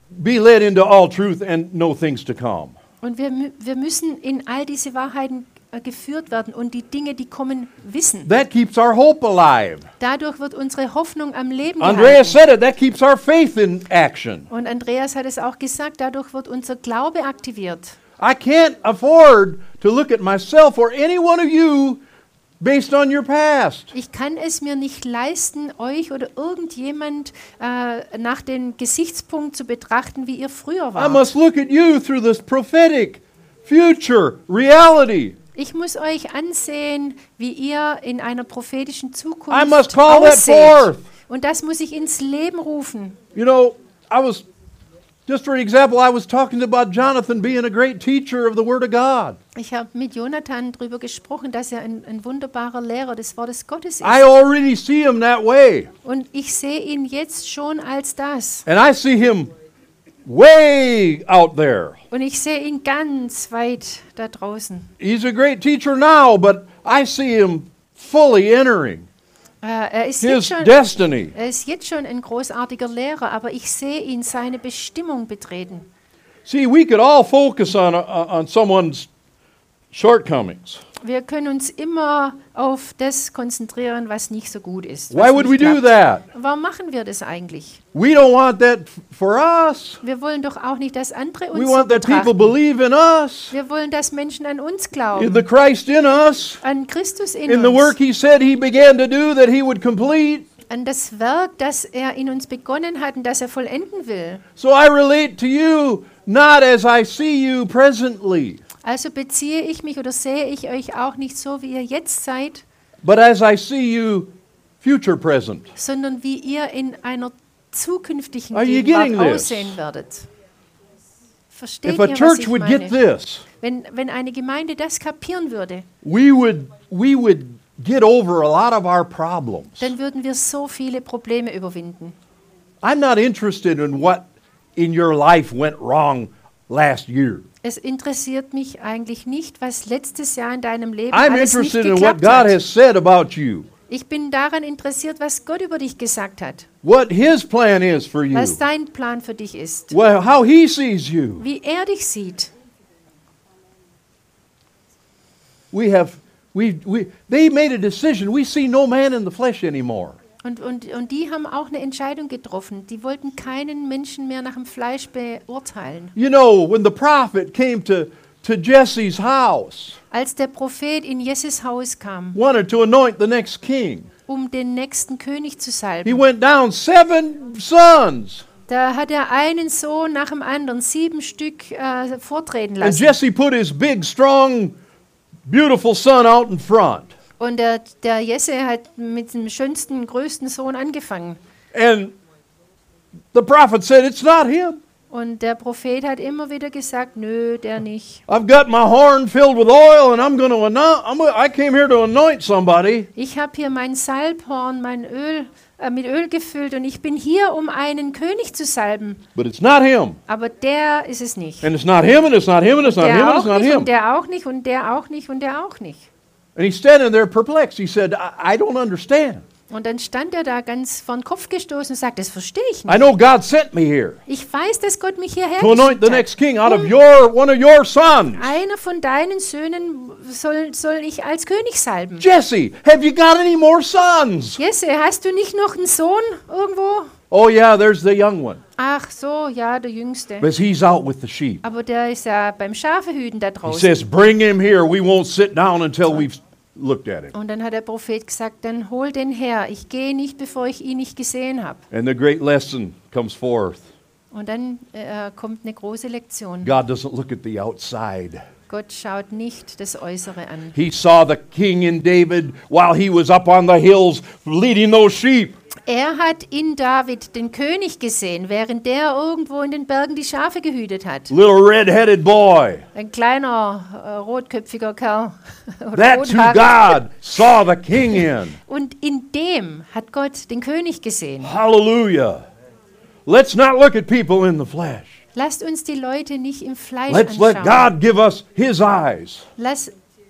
be led into all truth and know things to come. Und wir, mü- wir müssen in all diese Wahrheiten äh, geführt werden und die Dinge, die kommen, wissen. That keeps our hope alive. Dadurch wird unsere Hoffnung am Leben Andrea gehalten. said it, that keeps our faith in action. Und Andreas hat es auch gesagt, dadurch wird unser Glaube aktiviert. I can't afford to look at myself or any one of you based on your past. Ich kann es mir nicht leisten, euch oder irgendjemand äh, nach dem Gesichtspunkt zu betrachten, wie ihr früher I wart. must look at you through this prophetic future reality. Ich muss euch ansehen, wie ihr in einer prophetischen Zukunft I must call that ausseht. forth. Und das muss ich ins Leben rufen. You know, I was, just for an example, I was talking about Jonathan being a great teacher of the Word of God. Ich habe mit Jonathan darüber gesprochen, dass er ein, ein wunderbarer Lehrer des Wortes Gottes ist. I already see him that way, Und ich sehe ihn jetzt schon als das. and I see him way out there. Und ich sehe ihn ganz weit da draußen. He's a great teacher now, but I see him fully entering Äh, er, ist jetzt his schon, destiny. er ist jetzt schon ein großartiger Lehrer, aber ich sehe ihn seine Bestimmung betreten. See, we could all focus on, uh, on someone's shortcomings. Wir können uns immer auf das konzentrieren, was nicht so gut ist. Why was would we nicht do klappt. that? Warum machen wir das eigentlich? We don't want that f- for us. Wir wollen doch auch nicht, dass andere We uns so want that people betrachten. believe in us, Wir wollen, dass Menschen an uns in glauben, the Christ in us. an Christus in, in the work uns, he said he began to do that he would complete. an das Werk, das er in uns begonnen hat und das er vollenden will. So I relate to you not as I see you presently, Also beziehe ich mich oder sehe ich euch auch nicht so, wie ihr jetzt seid, but as I see you future present. sondern wie ihr in einer zukünftigen Are you Gegenwart getting this? aussehen werdet. Versteht If ihr, a was church ich would get meine? this, Wenn, wenn eine Gemeinde das kapieren würde, we would we would get over a lot of our problems. dann würden wir so viele Probleme überwinden. I'm not interested in what in your life went wrong last year. Es interessiert mich eigentlich nicht, was letztes Jahr in deinem Leben I'm alles nicht interested in what geklappt God hat. has said about you. Ich bin daran interessiert, was Gott über dich gesagt hat, What his plan is for you. was sein Plan für dich ist, Well, how he sees you. wie er dich sieht. We have, we, we, they made a decision. We see no man in the flesh anymore. Und, und, und die haben auch eine Entscheidung getroffen. Die wollten keinen Menschen mehr nach dem Fleisch beurteilen. You know, when the prophet came to, to Jesse's house, Als der Prophet in Jesses Haus kam, wanted to anoint the next king, um den nächsten König zu he salben, went down seven sons Da hat er einen Sohn nach dem anderen sieben Stück äh, vortreten And lassen. Jesse put his big, strong, beautiful son out in front. Und der, der Jesse hat mit dem schönsten, größten Sohn angefangen. And the prophet said, It's not him. Und der Prophet hat immer wieder gesagt, nö, der nicht. I've got my horn filled with oil and I'm going to anoint. I'm, gonna- I came here to anoint somebody. Ich habe hier mein Salbhorn, mein Öl äh, mit Öl gefüllt und ich bin hier, um einen König zu salben. But it's not him. Aber der ist es nicht. And it's not him, and it's not him, and it's not him, Der and it's auch not nicht him. und der auch nicht und der auch nicht und der auch nicht. And he's standing there perplexed. He said, I, I don't understand. Und dann stand er da ganz von Kopf gestoßen und sagt, das verstehe ich nicht. I know God sent me here Ich weiß, dass Gott mich hierher to anoint geschickt the next hat. king out of your one of your sons. Einer von deinen Söhnen soll, soll ich als König salben. Jesse, have you got any more sons? Jesse, hast du nicht noch einen Sohn irgendwo? Oh yeah, there's the young one. Ach so, ja, der Jüngste. But he's out with the sheep. Aber der ist ja beim Schafehüten da He draußen. says, Bring him here. We won't sit down until we've looked at him. Und dann hat der Prophet gesagt, dann hol den her. Ich gehe nicht, bevor ich ihn nicht gesehen habe. And the great lesson comes forth. Und dann äh, kommt eine große Lektion. God doesn't look at the outside. Gott schaut nicht das Äußere an. He saw the king in David while he was up on the hills leading those sheep. Er hat in David den König gesehen, während der irgendwo in den Bergen die Schafe gehütet hat. Little red-headed boy. Ein kleiner, äh, rotköpfiger Kerl. Oder That's who rothaariger. God saw the king in. Und in dem hat Gott den König gesehen. Hallelujah. Let's not look at people in the flesh. Lasst uns die Leute nicht im Fleisch Let's let anschauen. God give us his eyes. Lass,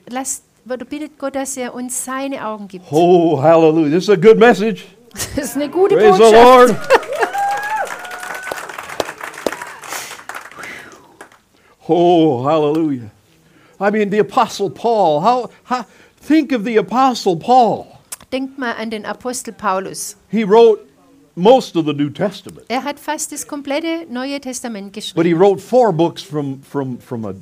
lass, oder bittet Gott, dass er uns seine Augen gibt. Oh, hallelujah. This is a good message. Das ist eine gute Praise the Botschaft. Lord. oh, hallelujah. I mean, the Apostle Paul. How, how, think of the Apostle Paul. Denkt mal an den Apostel Paulus. He wrote most of the New Testament, Er hat fast das komplette Neue Testament geschrieben. but he wrote four books from, from, from a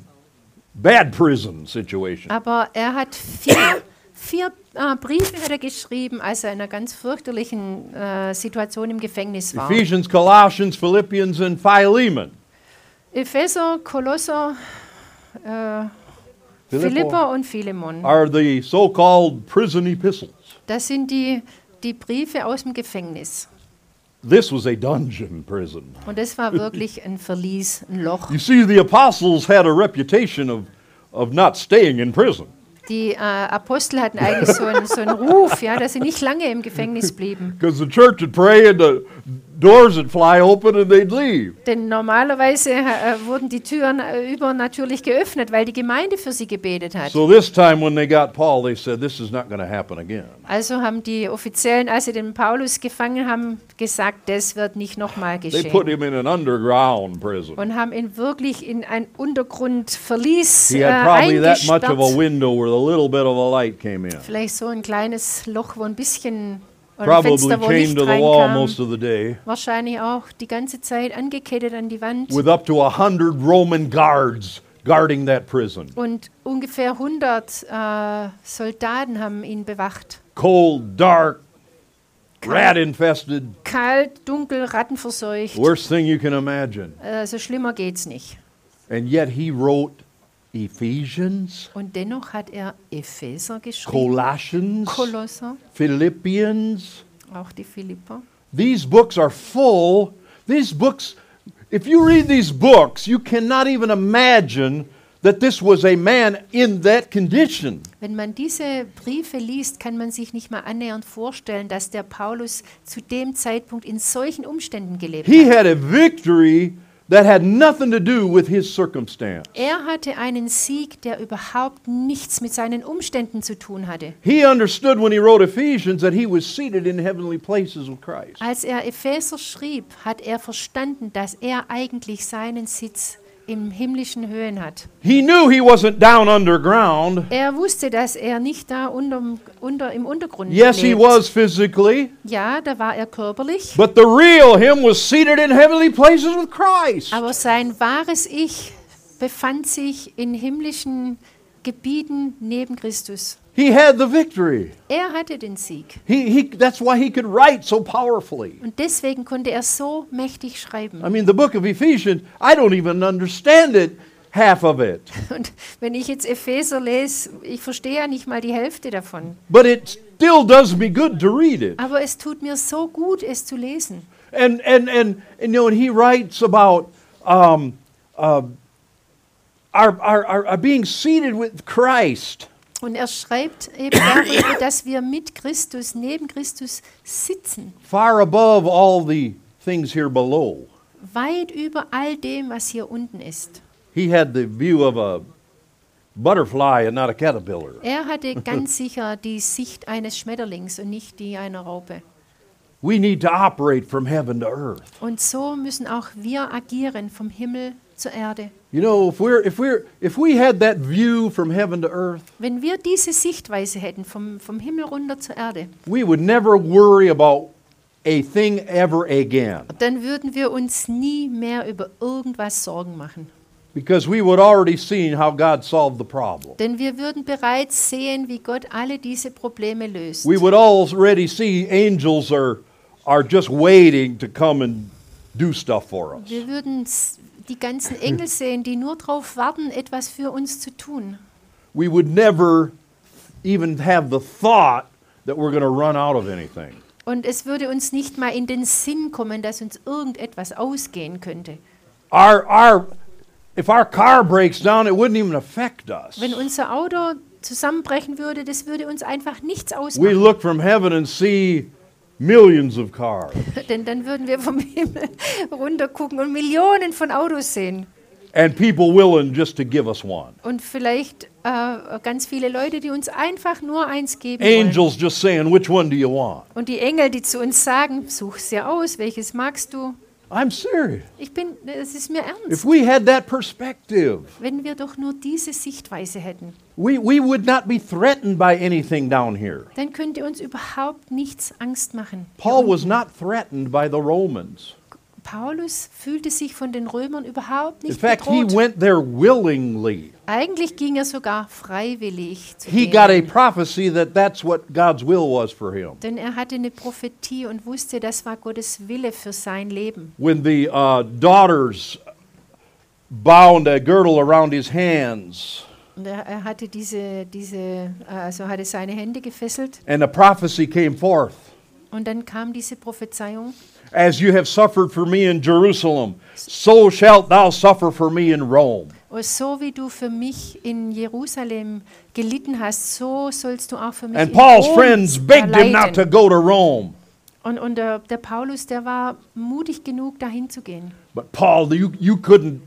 bad prison situation. Aber er hat vier, vier äh, Briefe hat er geschrieben, als er in einer ganz fürchterlichen äh, Situation im Gefängnis war. Ephesians, Colossians, Philippians, and Philemon. Epheser, Kolosser, äh, Philippo. Philippa und Philemon. are the so called prison epistles. Das sind die, die Briefe aus dem Gefängnis. This was a dungeon prison. Und das war wirklich ein Verlies, ein Loch. You see, the apostles had a reputation of, of not staying in prison. Die äh, Apostel hatten eigentlich so einen, so einen Ruf, ja, dass sie nicht lange im Gefängnis blieben. Because the church would pray and the doors would fly open and they'd leave. Denn normalerweise äh, wurden die Türen äh, übernatürlich geöffnet, weil die Gemeinde für sie gebetet hat. So this time when they got Paul, they said, This is not going to happen again. Also haben die Offiziellen, als sie den Paulus gefangen haben, gesagt, das wird nicht nochmal They put him geschehen. in an underground prison. Und haben ihn wirklich in ein Untergrundverlies He äh, had probably that much of a eingesperrt. window where a little bit of a light came in. Vielleicht so ein kleines Loch, wo ein bisschen oder ein Probably Fenster, wo chained Licht to the wall most reinkam. of the day Wahrscheinlich auch die ganze Zeit angekettet an die Wand. with up to a hundred Roman guards guarding that prison. Und ungefähr 100 äh, Soldaten haben ihn bewacht. cold, dark, rat infested, Kalt, dunkel, rattenverseucht. worst thing you can imagine. Also schlimmer geht's nicht. And yet he wrote Ephesians, Und dennoch hat er Epheser geschrieben, Colossians, Kolosser, Philippians. auch die Philipper. These books are full. These books, if you read these books, you cannot even imagine that this was a man in that condition. Wenn man diese Briefe liest, kann man sich nicht mal annähernd vorstellen, dass der Paulus zu dem Zeitpunkt in solchen Umständen gelebt He hat. had a victory that had nothing to do with his circumstance. Er hatte einen Sieg, der überhaupt nichts mit seinen Umständen zu tun hatte. He understood when he wrote Ephesians that he was seated in heavenly places with Christ. Als er Epheser schrieb, hat er verstanden, dass er eigentlich seinen Sitz im himmlischen Höhen hat. He knew he wasn't down underground. Er wusste, dass er nicht da unterm, unter, im Untergrund Yes, he lebt. was physically, Ja, da war er körperlich, but the real him was seated in heavenly places with Christ. aber sein wahres Ich befand sich in himmlischen Gebieten neben Christus. He had the victory. Er hatte den Sieg. He, he, that's why he could write so powerfully. Und deswegen konnte er so mächtig schreiben. I mean, the book of Ephesians, I don't even understand it, half of it. Und wenn ich jetzt Epheser lese, ich verstehe ja nicht mal die Hälfte davon. But it still does me good to read it. Aber es tut mir so gut, es zu lesen. And, and, and, and you know, and he writes about um, uh, our, our, our, our being seated with Christ. Und er schreibt eben darüber, dass wir mit Christus, neben Christus sitzen, far above all the things here below. weit über all dem, was hier unten ist. He had the view of a butterfly and not a caterpillar. Er hatte ganz sicher die Sicht eines Schmetterlings und nicht die einer Raupe. We need to operate from heaven to earth. Und so müssen auch wir agieren vom Himmel zur Erde. You know, if we're if we're if we had that view from heaven to earth, Wenn wir diese Sichtweise hätten, vom, vom Himmel runter zur Erde, we would never worry about a thing ever again dann würden wir uns nie mehr über irgendwas Sorgen machen. because we would already seen how God solved the problem. Denn wir würden bereits sehen, wie Gott alle diese Probleme löst. We would already see angels are are just waiting to come and do stuff for us. Wir würden s- die ganzen Engel sehen, die nur darauf warten, etwas für uns zu tun. we would never even have the thought that we're going to run out of anything. Und es würde uns nicht mal in den Sinn kommen, dass uns irgendetwas ausgehen könnte. Our, our, if our car breaks down, it wouldn't even affect us. Wenn unser Auto zusammenbrechen würde, das würde uns einfach nichts We ausmachen. look from heaven and see millions of cars, Denn dann würden wir vom Himmel runtergucken und Millionen von Autos sehen. and people willing just to give us one. Und vielleicht äh, ganz viele Leute, die uns einfach nur eins geben wollen. Angels just saying, Which one do you want? Und die Engel, die zu uns sagen, such's dir aus, welches magst du? I'm serious. Ich bin, es ist mir ernst. If we had that perspective, Wenn wir doch nur diese Sichtweise hätten, we, we would not be threatened by anything down here. dann könnte uns überhaupt nichts Angst machen. Paul was not threatened by the Romans. Paulus fühlte sich von den Römern überhaupt In nicht fact, he bedroht. went there willingly. Eigentlich ging er sogar freiwillig zu He denen, got a prophecy that that's what God's will was for him. denn er hatte eine Prophetie und wusste, das war Gottes Wille für sein Leben. When the uh, daughters bound a girdle around his hands, Und er, er hatte diese, diese, äh, also hatte seine Hände gefesselt and the prophecy came forth und dann kam diese Prophezeiung. As you have suffered for me in Jerusalem, so shalt thou suffer for me in Rome. "Oh, So wie du für mich in Jerusalem gelitten hast, so sollst du auch für mich And in Paul's Rom friends begged him not erleiden." to go to Rome. Und, und der, der Paulus, der war mutig genug, dahin zu gehen. But Paul, you, you couldn't.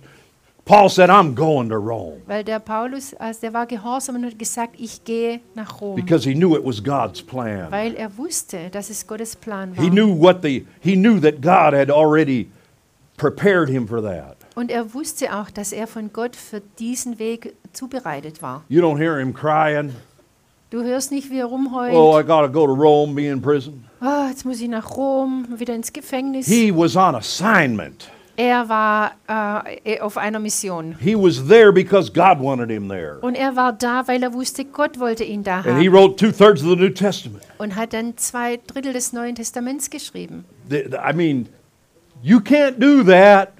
Paul said, I'm going to Rome Weil der Paulus, also der war gehorsam und hat gesagt, ich gehe nach Rom. because he knew it was God's plan. weil er wusste, dass es Gottes Plan He war. knew what the he knew that God had already prepared him for that. Und er wusste auch, dass er von Gott für diesen Weg zubereitet war. You don't hear him crying, Du hörst nicht, wie er rumheult. "Oh, Oh, I got to go to Rome, be in prison." jetzt muss ich nach Rom, wieder ins Gefängnis. He was on assignment. er war äh, eh, auf einer Mission. He was there because God wanted him there. Und er war da, weil er wusste, Gott wollte ihn da And he haben. wrote two thirds of the New Testament. Und hat dann zwei Drittel des Neuen Testaments geschrieben. The- the- I mean, you can't do that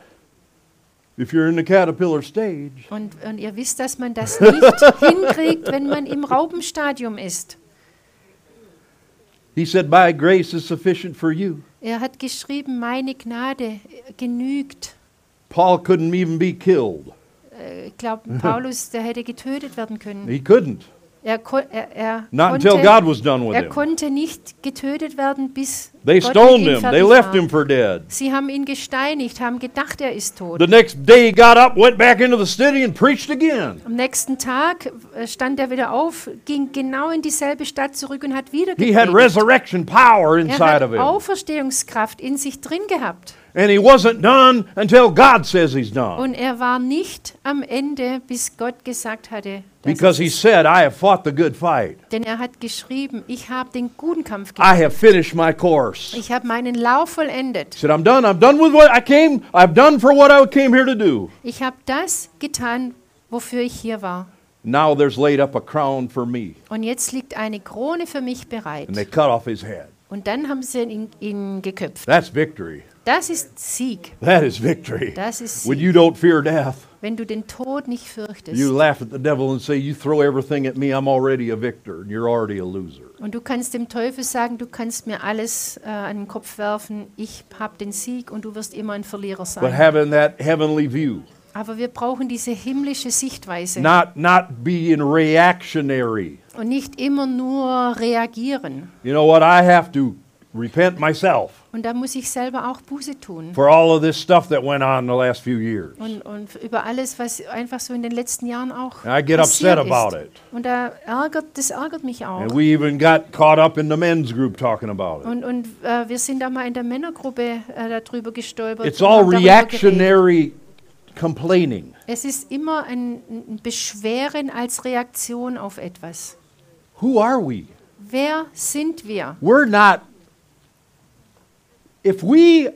if you're in the caterpillar stage. Und, und ihr wisst, dass man das nicht hinkriegt, wenn man im Raupenstadium ist. He said, "My grace is sufficient for you." Er hat geschrieben, meine Gnade genügt. Paul couldn't even be killed. Äh, Ich Mhm. glaube, Paulus, der hätte getötet werden können. He couldn't. Er, ko er, er, Not until God was konnte, done with er him. konnte nicht getötet werden, bis They Gott stoned mit ihm him. They fertig left war. him for dead. Sie haben ihn gesteinigt, haben gedacht, er ist tot. The next day he got up, went back into the city, and preached again. Am nächsten Tag äh, stand er wieder auf, ging genau in dieselbe Stadt zurück und hat wieder He had gepredigt. resurrection power Er inside hat of him. Auferstehungskraft in sich drin gehabt. And he wasn't done until God says he's done. Und er war nicht am Ende, bis Gott gesagt hatte, dass Because he es ist. said, I have fought the good fight. denn er hat geschrieben, ich habe den guten Kampf I gemacht. have finished my course. He Ich habe meinen Lauf vollendet. said, I'm done. I'm done with what I came. I've done for what I came here to do. Ich habe das getan, wofür ich hier war. Now there's laid up a crown for me. Und jetzt liegt eine Krone für mich bereit. And they cut off his head. Und dann haben sie ihn, ihn geköpft. That's victory. Das ist Sieg. That is victory. Das ist When Sieg. you don't fear death, Wenn du den Tod nicht fürchtest. you laugh at the devil and say, You throw everything at me, I'm already a victor, and you're already a loser. Und du kannst dem Teufel sagen, du kannst mir alles äh, an den Kopf werfen, ich habe den Sieg und du wirst immer ein Verlierer But sein. having that heavenly view, Aber wir brauchen diese himmlische Sichtweise not, not being reactionary. und nicht immer nur reagieren. You know what? I have to repent myself Und da muss ich selber auch Buße tun. for all of this stuff that went on the last few years. Und, und über alles, was einfach so in den letzten Jahren auch I get passiert upset about ist. it. Und da ärgert, das ärgert mich auch. And we even got caught up in the men's group talking about it. Und, und äh, wir sind da mal in der Männergruppe äh, darüber gestolpert. It's und all haben darüber geredet. reactionary complaining. Es ist immer ein, ein Beschweren als Reaktion auf etwas. Who are we? Wer sind wir? We're not. If we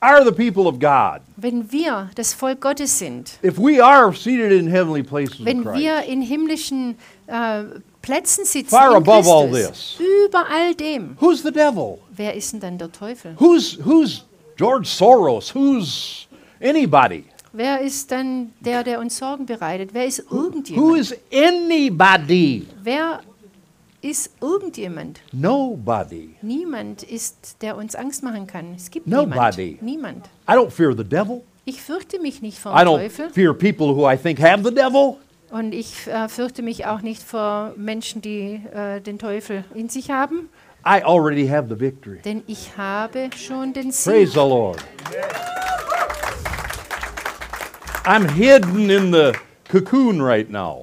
are the people of God, Wenn wir das Volk Gottes sind, if we are seated in heavenly places in wenn Christ, wir in himmlischen äh, Plätzen sitzen, Far in above all Christus, über all dem, who's the devil? wer ist denn dann der Teufel? Who's who's George Soros? Who's anybody? Wer ist dann der, der uns Sorgen bereitet? Wer ist Who irgendjemand? is anybody? Wer ist irgendjemand? Nobody. Niemand ist, der uns Angst machen kann. Es gibt Nobody. niemand. Niemand. I don't fear the devil. Ich fürchte mich nicht vor I dem don't Teufel. fear people who I think have the devil. Und ich äh, fürchte mich auch nicht vor Menschen, die äh, den Teufel in sich haben, I already have the victory. denn ich habe schon den Praise Sieg. the Lord. I'm hidden in the cocoon right now.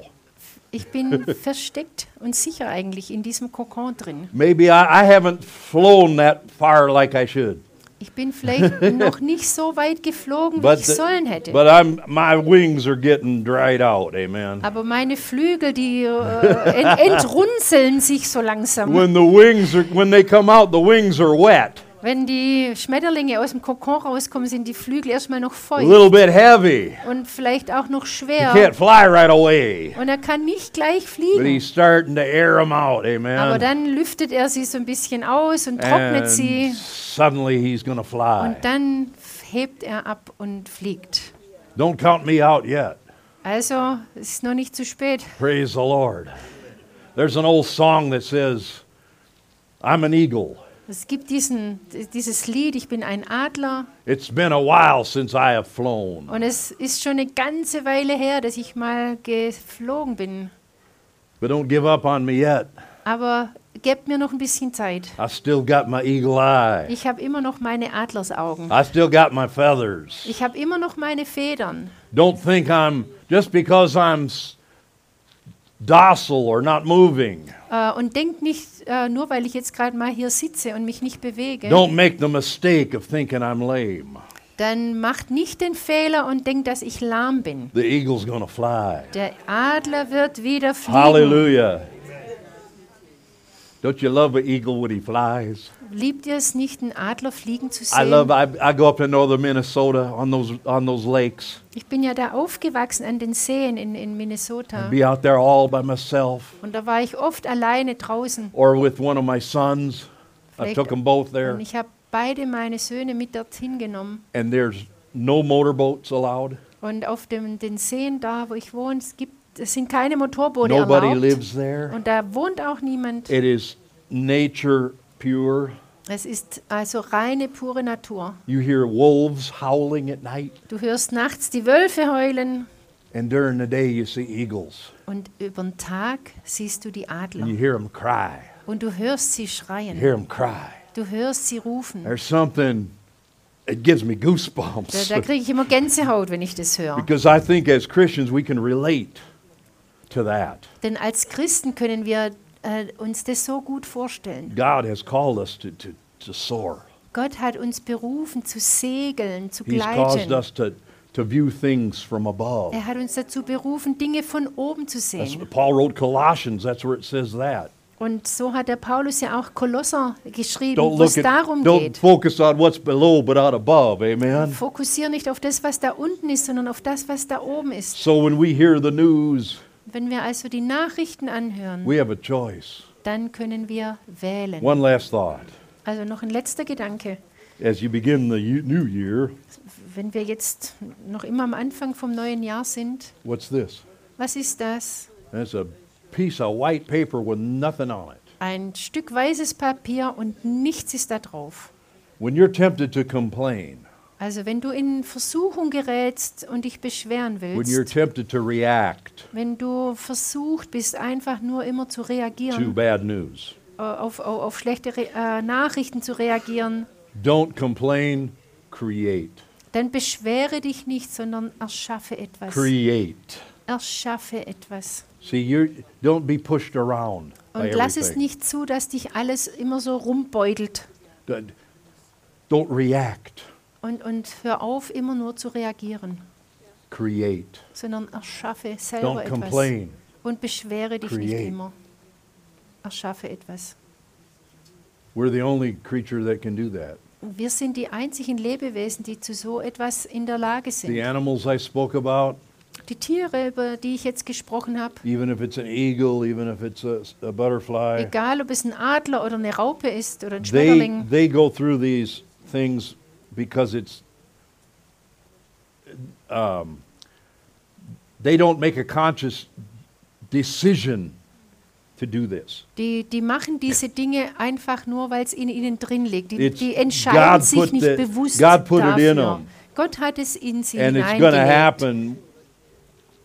Ich bin versteckt und sicher eigentlich in diesem Kokon drin. Maybe I, I haven't flown that far like I should. Ich bin vielleicht noch nicht so weit geflogen, wie But, ich the- sollen hätte. but I'm, my wings are getting dried out, amen. Aber meine Flügel, die äh, ent entrunzeln sich so langsam. When the wings are, when they come out, the wings are wet, Wenn die Schmetterlinge aus dem Kokon rauskommen, sind die Flügel erstmal noch a feucht little bit heavy. und vielleicht auch noch You schwer. can't fly right away. Und er kann nicht gleich But fliegen. he's starting to air them out, Aber amen. dann lüftet er sie so ein bisschen aus und trocknet And sie suddenly he's going to fly. und dann hebt er ab und fliegt. Don't count me out yet. Also, es ist noch nicht zu spät. Praise the Lord. There's an old song that says, I'm an eagle. Es gibt diesen, dieses Lied, ich bin ein Adler It's been a while since I have flown. und es ist schon eine ganze Weile her, dass ich mal geflogen bin. But don't give up on me yet. Aber gebt mir noch ein bisschen Zeit. I still got my eagle eye. Ich habe immer noch meine Adlersaugen. I still got my feathers. Ich habe immer noch meine Federn. Don't think I'm just because I'm s- docile or not moving. Äh, und denkt nicht, äh, nur weil ich jetzt gerade mal hier sitze und mich nicht bewege, Don't make the mistake of thinking I'm lame. dann macht nicht den Fehler und denkt, dass ich lahm bin. The eagle's going to fly. Der Adler wird wieder fliegen. Hallelujah. Don't you love an eagle when he flies? Liebt ihr es nicht, einen Adler fliegen zu I sehen? love. I, I go up to northern Minnesota on those on those lakes. ich bin ja da aufgewachsen an den Seen in, in Minnesota. Be out there all by myself Und da war ich oft alleine draußen. or with one of my sons. I Vielleicht- took them both Und there, ich habe beide meine Söhne mit dorthin genommen. and there's no motorboats allowed. Und auf dem, den Seen da, wo ich wohne, es, gibt, es sind keine Motorboote Nobody erlaubt. lives there. Und da wohnt auch niemand. It is nature pure. Es ist also reine, pure Natur. You hear wolves howling at night, Du hörst nachts die Wölfe heulen and during the day you see eagles und über den Tag siehst du die and Adler. you hear them cry. Und du hörst sie You schreien. hear them cry. Du hörst sie rufen. There's something. It gives me Da, da goosebumps kriege ich immer Gänsehaut, wenn ich das höre. because I think as Christians we can relate to that. Denn als Christen können wir äh, uns das so gut vorstellen. God has called us to, to, to soar. Gott hat uns berufen, zu segeln, zu He's caused gleiten. us to, to view things from above. Er hat uns dazu berufen, Dinge von oben zu That's, sehen. Paul wrote Colossians, that's where it says that. Und so hat der Paulus ja auch Kolosser geschrieben, Don't wo es look at, darum don't geht. focus on what's below but on above, amen? Fokussier nicht auf das, was da unten ist, sondern auf das, was da oben ist. So when we hear the news Wenn wir also die Nachrichten anhören, We have a choice. dann können wir wählen. One last thought. Also noch ein letzter Gedanke. As you begin the ye- new year, Wenn wir jetzt noch immer am Anfang vom neuen Jahr sind, what's this? was ist das? That's a piece of white paper with nothing on it. Ein Stück weißes Papier und nichts ist da drauf. When you're tempted to complain, Also wenn du in Versuchung gerätst und dich beschweren when you're willst, tempted to react wenn du versucht bist, einfach nur immer zu to reagieren, bad news, äh, auf, auf, auf schlechte Re äh, Nachrichten zu reagieren, don't complain, create. dann beschwere dich nicht, sondern erschaffe etwas. Create. Erschaffe etwas. See, you don't be pushed around by Und lass es everything. nicht zu, dass dich alles immer so rumbeutelt. Don't- Don't react, Und, und hör auf, immer nur zu reagieren, create. sondern erschaffe selber Don't etwas. complain. Und beschwere dich nicht Create. immer. Erschaffe etwas. We're the only creature that can do that. Wir sind die einzigen Lebewesen, die zu so etwas in der Lage The sind. animals I spoke about, Die Tiere, über die ich jetzt gesprochen habe, even if it's an eagle, even if it's a, a butterfly, egal ob es ein Adler oder eine Raupe ist oder ein they, Schmetterling, they go through these things because it's, um, they don't make a conscious decision to do this. die, die machen diese Dinge einfach nur, weil es in ihnen drin liegt. Die, It's- die entscheiden God sich put nicht the- bewusst God put it in dafür. 'em. Gott hat es in sie And it's going to hineingelegt. happen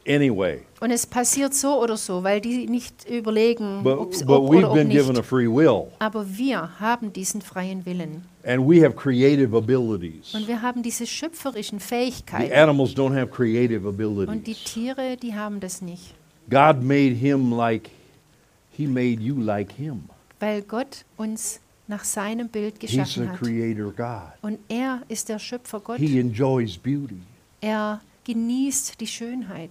anyway. Und es passiert so oder so, weil die nicht überlegen, But, ob's, but ob oder we've ob been given a nicht. free will, Aber wir haben diesen freien Willen. and we have creative abilities. Und wir haben diese schöpferischen The Fähigkeiten. animals don't have creative Und die abilities. Tiere, die haben das nicht. God made him like, he made you like him. Weil Gott uns nach seinem Bild He's geschaffen the hat. creator God. Und er ist der Schöpfer Gott. He enjoys beauty. Er genießt die Schönheit.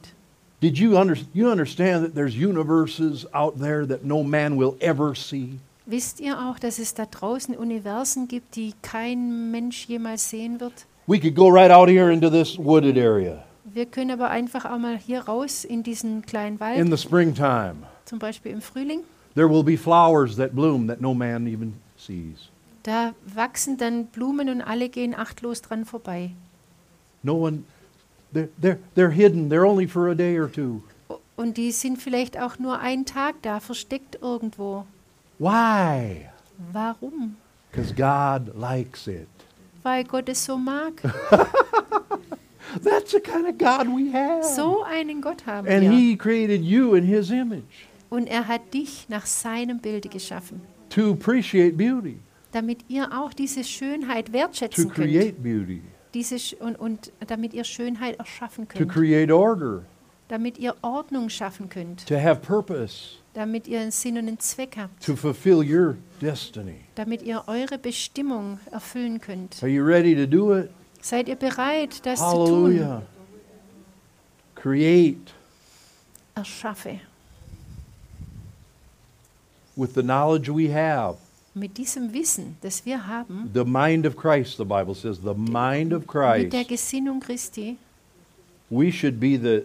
Did you, under, you understand that there's universes out there that no man will ever see? Wisst ihr auch, dass es da draußen Universen gibt, die kein Mensch jemals sehen wird? We could go right out here into this wooded area Wir können aber einfach auch mal hier raus in diesen kleinen in Wald, the springtime. zum Beispiel im Frühling. There will be flowers that bloom that no man even sees. Da wachsen dann Blumen und alle gehen achtlos dran vorbei. No one, they're, they're, they're hidden. They're only for a day or two. O- Und die sind vielleicht auch nur einen Tag da, versteckt irgendwo. Why? Warum? Because God likes it. Weil Gott es so mag. That's the kind of God we have. So einen Gott haben and wir. He created you in His image Und er hat dich nach seinem Bilde geschaffen, to appreciate beauty, damit ihr auch diese Schönheit to wertschätzen könnt. create beauty, Diese Sch und, und damit ihr Schönheit erschaffen to könnt. create order, Damit ihr Ordnung schaffen könnt. to have purpose, Damit ihr einen Sinn und einen Zweck habt. to fulfill your destiny. Damit ihr eure Bestimmung erfüllen könnt. Are you ready to do it? Seid ihr bereit, das zu tun? Hallelujah. Create Erschaffe. with the knowledge we have. Mit diesem Wissen, das wir haben, The mind of Christ, the Bible says, the mind of mit der Christ. Gesinnung Christi, We should be the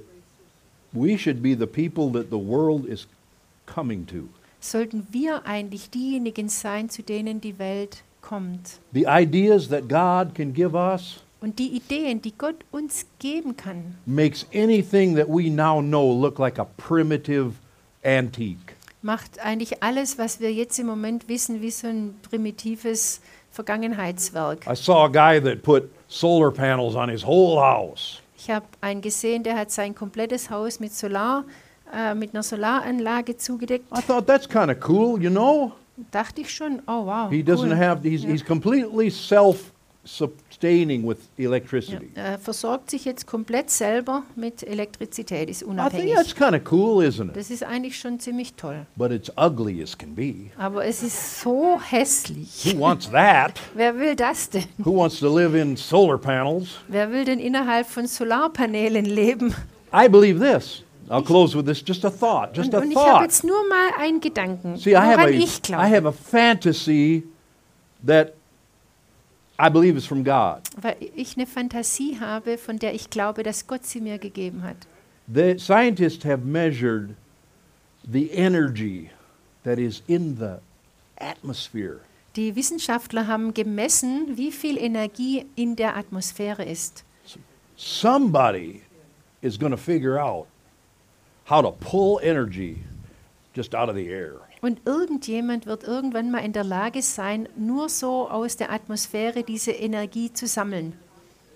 we should be the people that the world is coming to. sollten wir eigentlich diejenigen sein, zu denen die Welt kommt. The ideas that God can give us Und die Ideen, die Gott uns geben kann, makes anything that we now know look like a primitive antique. macht eigentlich alles, was wir jetzt im Moment wissen, wie so ein primitives Vergangenheitswerk. I saw a guy that put solar panels on his whole house. Ich habe einen gesehen, der hat sein komplettes Haus mit Solar, äh, mit einer Solaranlage zugedeckt. I thought that's kind of cool, you know? Dachte ich schon, oh wow. He doesn't cool. have he's, he's completely self-sustaining with electricity. äh, versorgt sich jetzt komplett selber mit Elektrizität, ist I think unabhängig. that's kind of cool, isn't it? Das ist eigentlich schon ziemlich toll. But it's ugly as can be. Aber es ist so hässlich. Who wants that? Wer will das denn? Who wants to live in solar panels? Wer will denn innerhalb von Solarpanelen leben? I believe this. I'll close with this just a thought, just Und, a und ich habe thought. jetzt nur mal einen Gedanken, See, I have woran a ich I glaube. have a fantasy that I believe is from God. Weil ich eine Fantasie habe, von der ich glaube, dass Gott sie mir gegeben hat. The scientists have measured the energy that is in the atmosphere. Die Wissenschaftler haben gemessen, wie viel Energie in der Atmosphäre ist. Somebody is going to figure out how to pull energy just out of the air. Und irgendjemand wird irgendwann mal in der Lage sein, nur so aus der Atmosphäre diese Energie zu sammeln.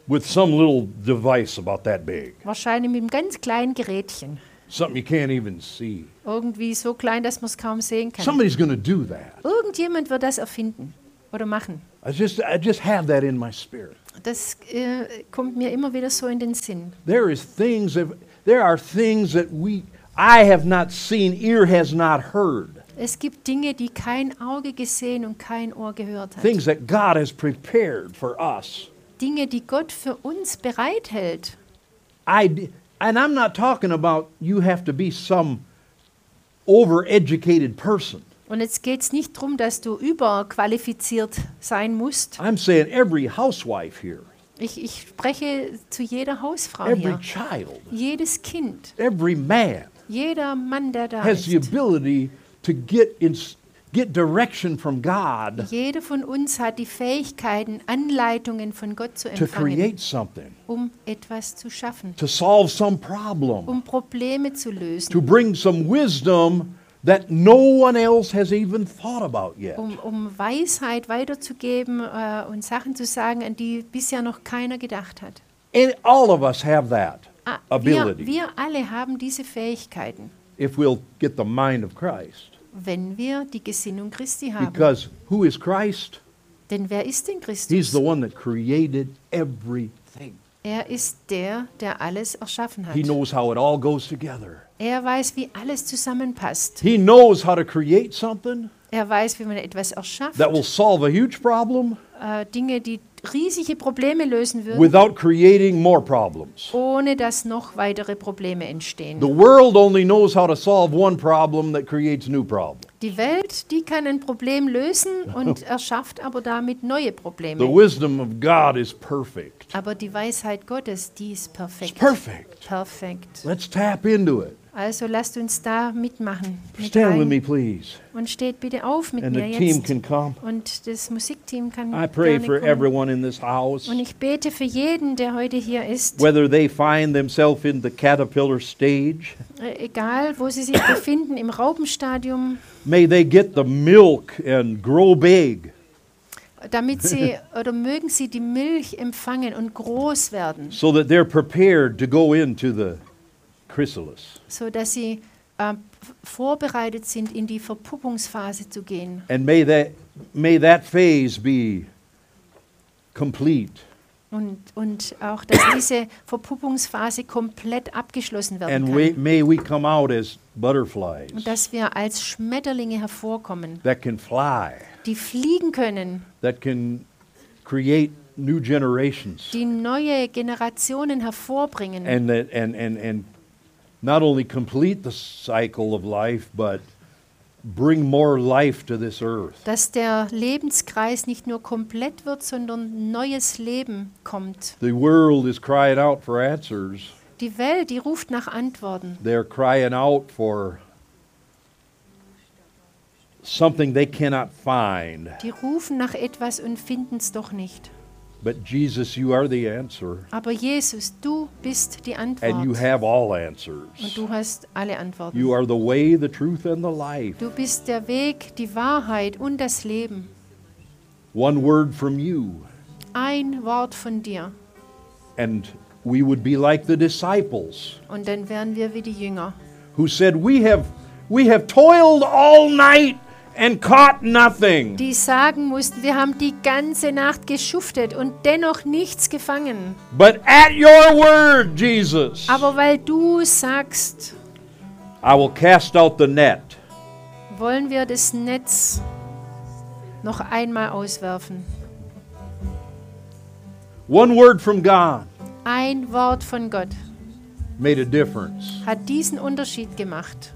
with some little device about that big, Wahrscheinlich mit einem ganz kleinen Gerätchen. something you can't even see. Irgendwie so klein, dass man es kaum sehen kann. Somebody's going to do that. Irgendjemand wird das erfinden oder machen. I just, I just have that in my spirit. Das äh, kommt mir immer wieder so in den Sinn. There is things that, there are things that we, I have not seen, ear has not heard. Es gibt Dinge, die kein Auge gesehen und kein Ohr gehört hat. Things that God has prepared for us. Dinge, die Gott für uns bereithält. I, d- and I'm not talking about you have to be some overeducated person. Und jetzt geht es nicht darum, dass du überqualifiziert sein musst. I'm saying every housewife here, Ich, ich spreche zu jeder Hausfrau every hier. child, Jedes Kind, every man, jeder Mann, der da has the ist. ability to get in, get direction from God Jeder von uns hat die Fähigkeiten, Anleitungen von Gott zu to empfangen, create something, um etwas zu schaffen, to solve some problem, um Probleme zu lösen, to bring some wisdom that no one else has even thought about yet. um, um Weisheit weiterzugeben äh, und Sachen zu sagen, an die bisher noch keiner gedacht hat. And all of us have that Ah, Wir, ability wir alle haben diese Fähigkeiten, if we'll get the mind of Christ. wenn wir die Gesinnung Christi haben. Because who is Christ? Denn wer ist denn He's Christus? the one that created everything. Er ist der, der alles erschaffen hat. He knows how it all goes together. Er weiß, wie alles zusammenpasst. He knows how to create something Er weiß, wie man etwas erschafft. that will solve a huge problem äh, Dinge, die riesige Probleme lösen würden, without creating more problems. ohne dass noch weitere Probleme entstehen. The world only knows how to solve one problem that creates new problems. Die Welt, die kann ein Problem lösen und erschafft aber damit neue The Probleme. wisdom of God is perfect. Aber die Weisheit Gottes, die ist It's perfekt. perfect. Perfekt. Let's tap into it. Also lasst uns da mitmachen. Mit Stand with rein. me, please. Und steht bitte auf mit And mir the team jetzt. can come. Und das Musikteam kann I pray gerne for kommen. everyone in this house, Und ich bete für jeden, der heute hier ist, whether they find themselves in the caterpillar stage, äh, egal wo sie sich befinden, im Raupenstadium, may they get the milk and grow big. damit sie oder mögen sie die Milch empfangen und groß werden, so that they're prepared to go into the chrysalis so dass sie äh, f- vorbereitet sind, in die Verpuppungsphase zu gehen. and may that may that phase be complete Und, und auch, dass diese Verpuppungsphase komplett abgeschlossen werden and kann. we, may we come out as butterflies und dass wir als Schmetterlinge hervorkommen, that can fly die fliegen können, that can create new generations die neue Generationen hervorbringen and that and and and not only complete the cycle of life but bring more life to this earth dass der Lebenskreis nicht nur komplett wird, sondern neues Leben kommt. the world is crying out for answers Die Welt, die ruft nach Antworten. They're crying out for something they cannot find. Die rufen nach etwas und finden es doch nicht. But Jesus, you are the answer, Aber Jesus, du bist die and you Antwort. have all Und answers. du hast alle Antworten. You are the way, the truth, and the life. Du bist der Weg, die Wahrheit und das Leben. One word from you, Ein Wort von dir. and we would be like the disciples Und dann wären wir wie die Jünger, who said, "We have, we have toiled all night and caught nothing." die sagen mussten, wir haben die ganze Nacht geschuftet und dennoch nichts gefangen. But at your word, Jesus, Aber weil du sagst, I will cast out the net. wollen wir das Netz noch einmal auswerfen. One word from God Ein Wort von Gott made a difference. hat diesen Unterschied gemacht.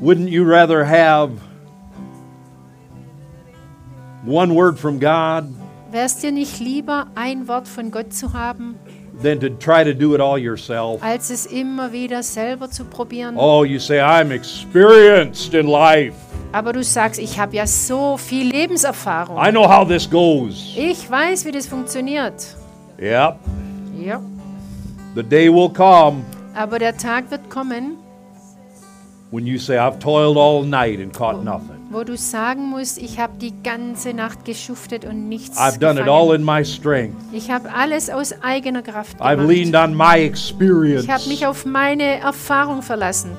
Wouldn't you rather have one word from God Wär's dir nicht lieber, ein Wort von Gott zu haben, than to try to do it all yourself. als es immer wieder selber zu probieren. Oh, you say, I'm experienced in life. Aber du sagst, ich habe ja so viel Lebenserfahrung. I know how this goes. Ich weiß, wie das funktioniert. Yep. Ja. The day will come Aber der Tag wird kommen, when you say, I've toiled all night and caught nothing. wo du sagen musst, ich habe die ganze Nacht geschuftet und nichts I've done it all gefangen. in my strength. Ich habe alles aus eigener Kraft I've leaned gemacht. on my experience. Ich habe mich auf meine Erfahrung verlassen.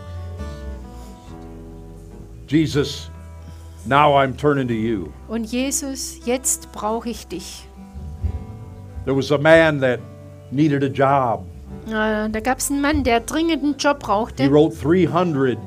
Jesus, now I'm turning to you. Und Jesus, jetzt brauche ich dich. There was a man that needed a job. Äh, Da gab es einen Mann, der dringend einen Job He brauchte. wrote 300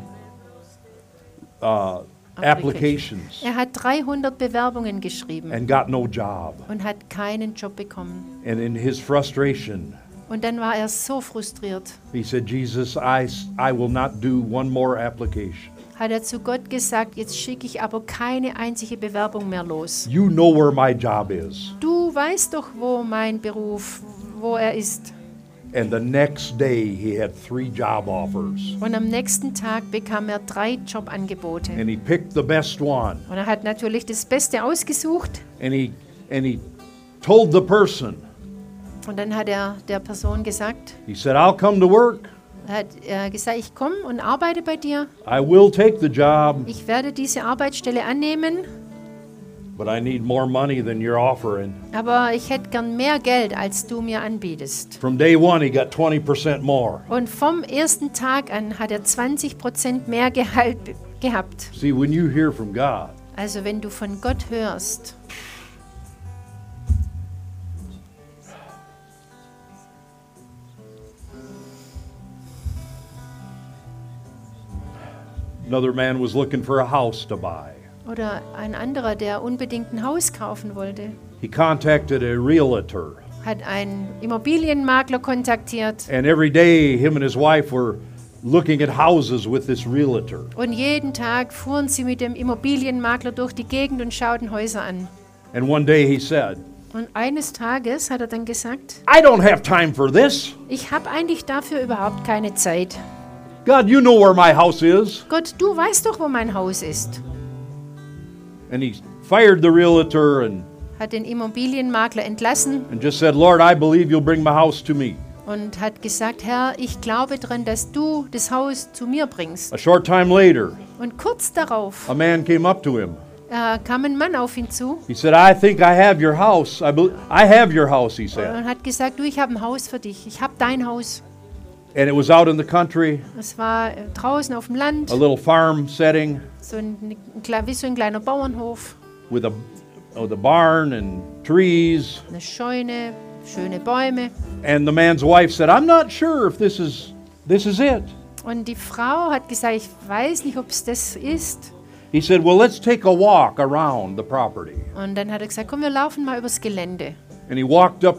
uh, applications Er hat 300 Bewerbungen geschrieben and got no job. und hat keinen Job bekommen. And in his frustration, Und dann war er so frustriert. he said, Jesus, I, s- I will not do one more application. Hat er zu Gott gesagt, jetzt schicke ich aber keine einzige Bewerbung mehr los. You know where my job is. Du weißt doch, wo mein Beruf, wo er ist. And the next day, he had three job offers. Und am nächsten Tag bekam er drei Jobangebote. And he picked the best one. Und er hat natürlich das Beste ausgesucht. And he, and he told the person, Und dann hat er der Person gesagt, he said, I'll come to work. er hat äh, gesagt, ich komme und arbeite bei dir. I will take the job, Ich werde diese Arbeitsstelle annehmen, but I need more money than you're offering. aber ich hätte gern mehr Geld, als du mir anbietest. From day one, he got 20% more. Und vom ersten Tag an hat er 20% mehr Gehalt be- gehabt. See, when you hear from God, Also wenn du von Gott hörst, another man was looking for a house to buy. oder ein anderer, der unbedingt ein Haus kaufen wollte, He contacted a realtor, hat einen Immobilienmakler kontaktiert and every day, him and his wife were looking at houses with this realtor. und jeden Tag fuhren sie mit dem Immobilienmakler durch die Gegend und schauten Häuser an. And one day, he said, Und eines Tages hat er dann gesagt, I don't have time for this. ich habe eigentlich dafür überhaupt keine Zeit. God, you know where my house is. Gott, du weißt doch, wo mein Haus ist. And he fired the realtor and, Hat den Immobilienmakler entlassen and just said, Lord, I believe you'll bring my house to me. und hat gesagt, Herr, ich glaube dran, dass du das Haus zu mir bringst. A short time later, Und kurz darauf a man came up to him. äh, kam ein Mann auf ihn zu He said, I think I have your house. I, bel I have your house, he said. und hat gesagt, du, ich habe ein Haus für dich. Ich habe dein Haus. And it was out in the country, Es war äh, draußen auf dem Land, a little farm setting so ein, ein, kle- wie so ein kleiner Bauernhof, with a, with a barn and trees. eine Scheune, schöne Bäume. And the man's wife said, I'm not sure if this is, this is it. Und die Frau hat gesagt, ich weiß nicht, ob es das ist. He said, Well, let's take a walk around the property. Und dann hat er gesagt, komm, wir laufen mal übers Gelände. And he walked up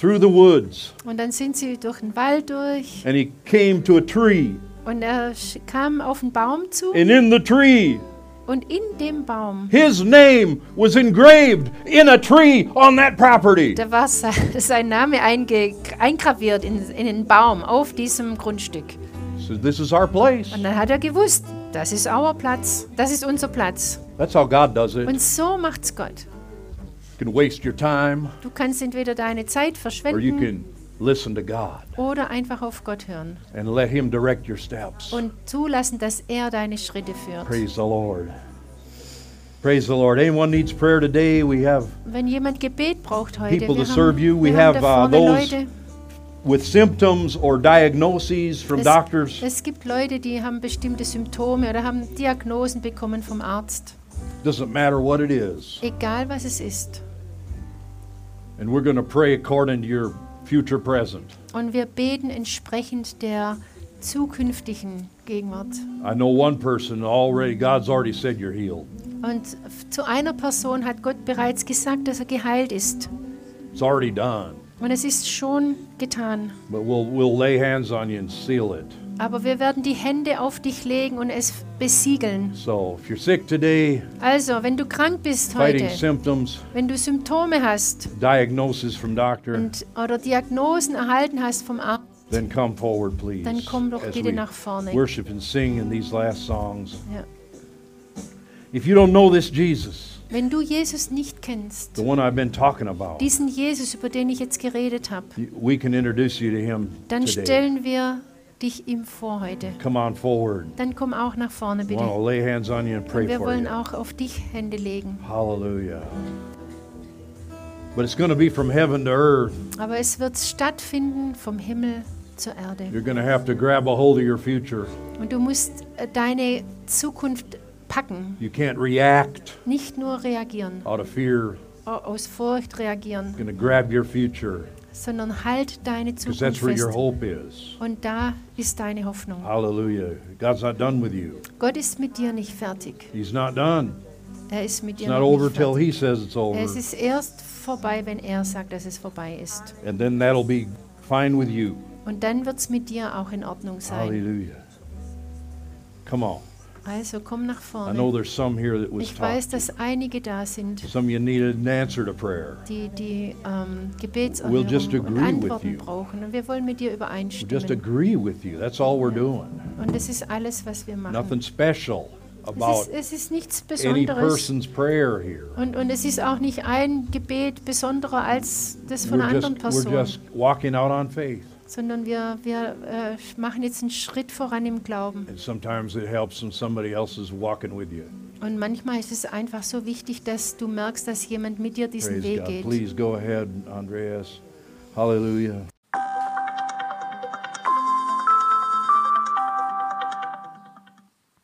through the woods Und dann sind sie durch den Wald durch and he came to a tree. und er sch- kam auf einen Baum zu. And in the tree, Und in dem Baum, his name was engraved in a tree on that property. da war se- sein Name einge, eingraviert in, in den Baum auf diesem Grundstück. So this is our place. Und dann hat er gewusst, das ist our Platz, das ist unser Platz. That's how God does it. You Und so macht's Gott. can waste your time Du kannst entweder deine or Zeit you verschwenden can listen to God oder einfach auf Gott hören and let Him direct your steps. und zulassen, dass er deine Schritte führt. Praise the Lord. Praise the Lord. Anyone needs prayer today? We have Wenn jemand Gebet braucht heute, People wir to serve haben, you, we wir have, haben da uh, vorne those Leute. with symptoms or diagnoses from Es, doctors. es gibt Leute, die haben bestimmte Symptome oder haben Diagnosen bekommen vom Arzt. Doesn't matter what it is. Egal was es ist. And we're going to pray according to your future present. Und wir beten entsprechend der zukünftigen Gegenwart. I know one person already, God's already said you're healed. Und f- zu einer Person hat Gott bereits gesagt, dass er geheilt ist. It's already done. Und es ist schon getan. But we'll, we'll lay hands on you and seal it. aber wir werden die Hände auf dich legen und es besiegeln. So if you're sick today, Also, wenn du krank bist fighting heute, symptoms, wenn du Symptome hast diagnosis from doctor, und, oder Diagnosen erhalten hast vom Arzt, then come forward, please. Dann komm doch as bitte we nach vorne. Worship and sing in these last songs. ja. If you don't know this Jesus, wenn du Jesus nicht kennst, the one I've been talking about, diesen Jesus, über den ich jetzt geredet habe, you- we can introduce you to him dann today. stellen wir dich ihm vor heute. Come on forward. Dann komm auch nach vorne We want to bitte. lay hands on you and pray Und wir for wollen you. auch auf dich Hände legen. Hallelujah. But it's going to be from heaven to earth. Aber es wird stattfinden vom Himmel zur Erde. You're going to have to grab a hold of your future. Und du musst äh, deine Zukunft packen, You can't react nicht nur reagieren, out of fear. au- aus Furcht reagieren, You're going to grab your future sondern halt deine because Zukunft that's where your Ah. fest. hope is. Und da ist deine Hoffnung. Hallelujah. God's not done with you. Gott ist mit dir nicht fertig. He's not done. Er ist mit It's dir not noch over nicht till fertig. He says it's over. Es ist erst vorbei, wenn er sagt, dass es vorbei ist. And then that'll be fine with you. Und dann wird es mit dir auch in Ordnung sein. Hallelujah. Come on. Also komm nach I know vorne. there's some here that was Ich weiß, taught. dass einige da sind, Some of you needed an answer to prayer. die die We'll ähm, just Gebetserhörung und agree with you. Antworten brauchen. Und wir wollen mit dir We Just übereinstimmen. agree with you. That's all we're doing. Und das ist alles, was wir machen. Nothing special Es about ist, es ist nichts any Besonderes. person's prayer here. Und, und es ist auch nicht ein Gebet besonderer als das von einer We're anderen just, we're just Person. walking out on faith. sondern wir, wir äh, machen jetzt einen Schritt voran im Glauben. And sometimes it helps when somebody else is walking with you. Und manchmal ist es einfach so wichtig, dass du merkst, dass jemand mit dir diesen Praise Weg God. geht. Please go ahead, Andreas. Hallelujah.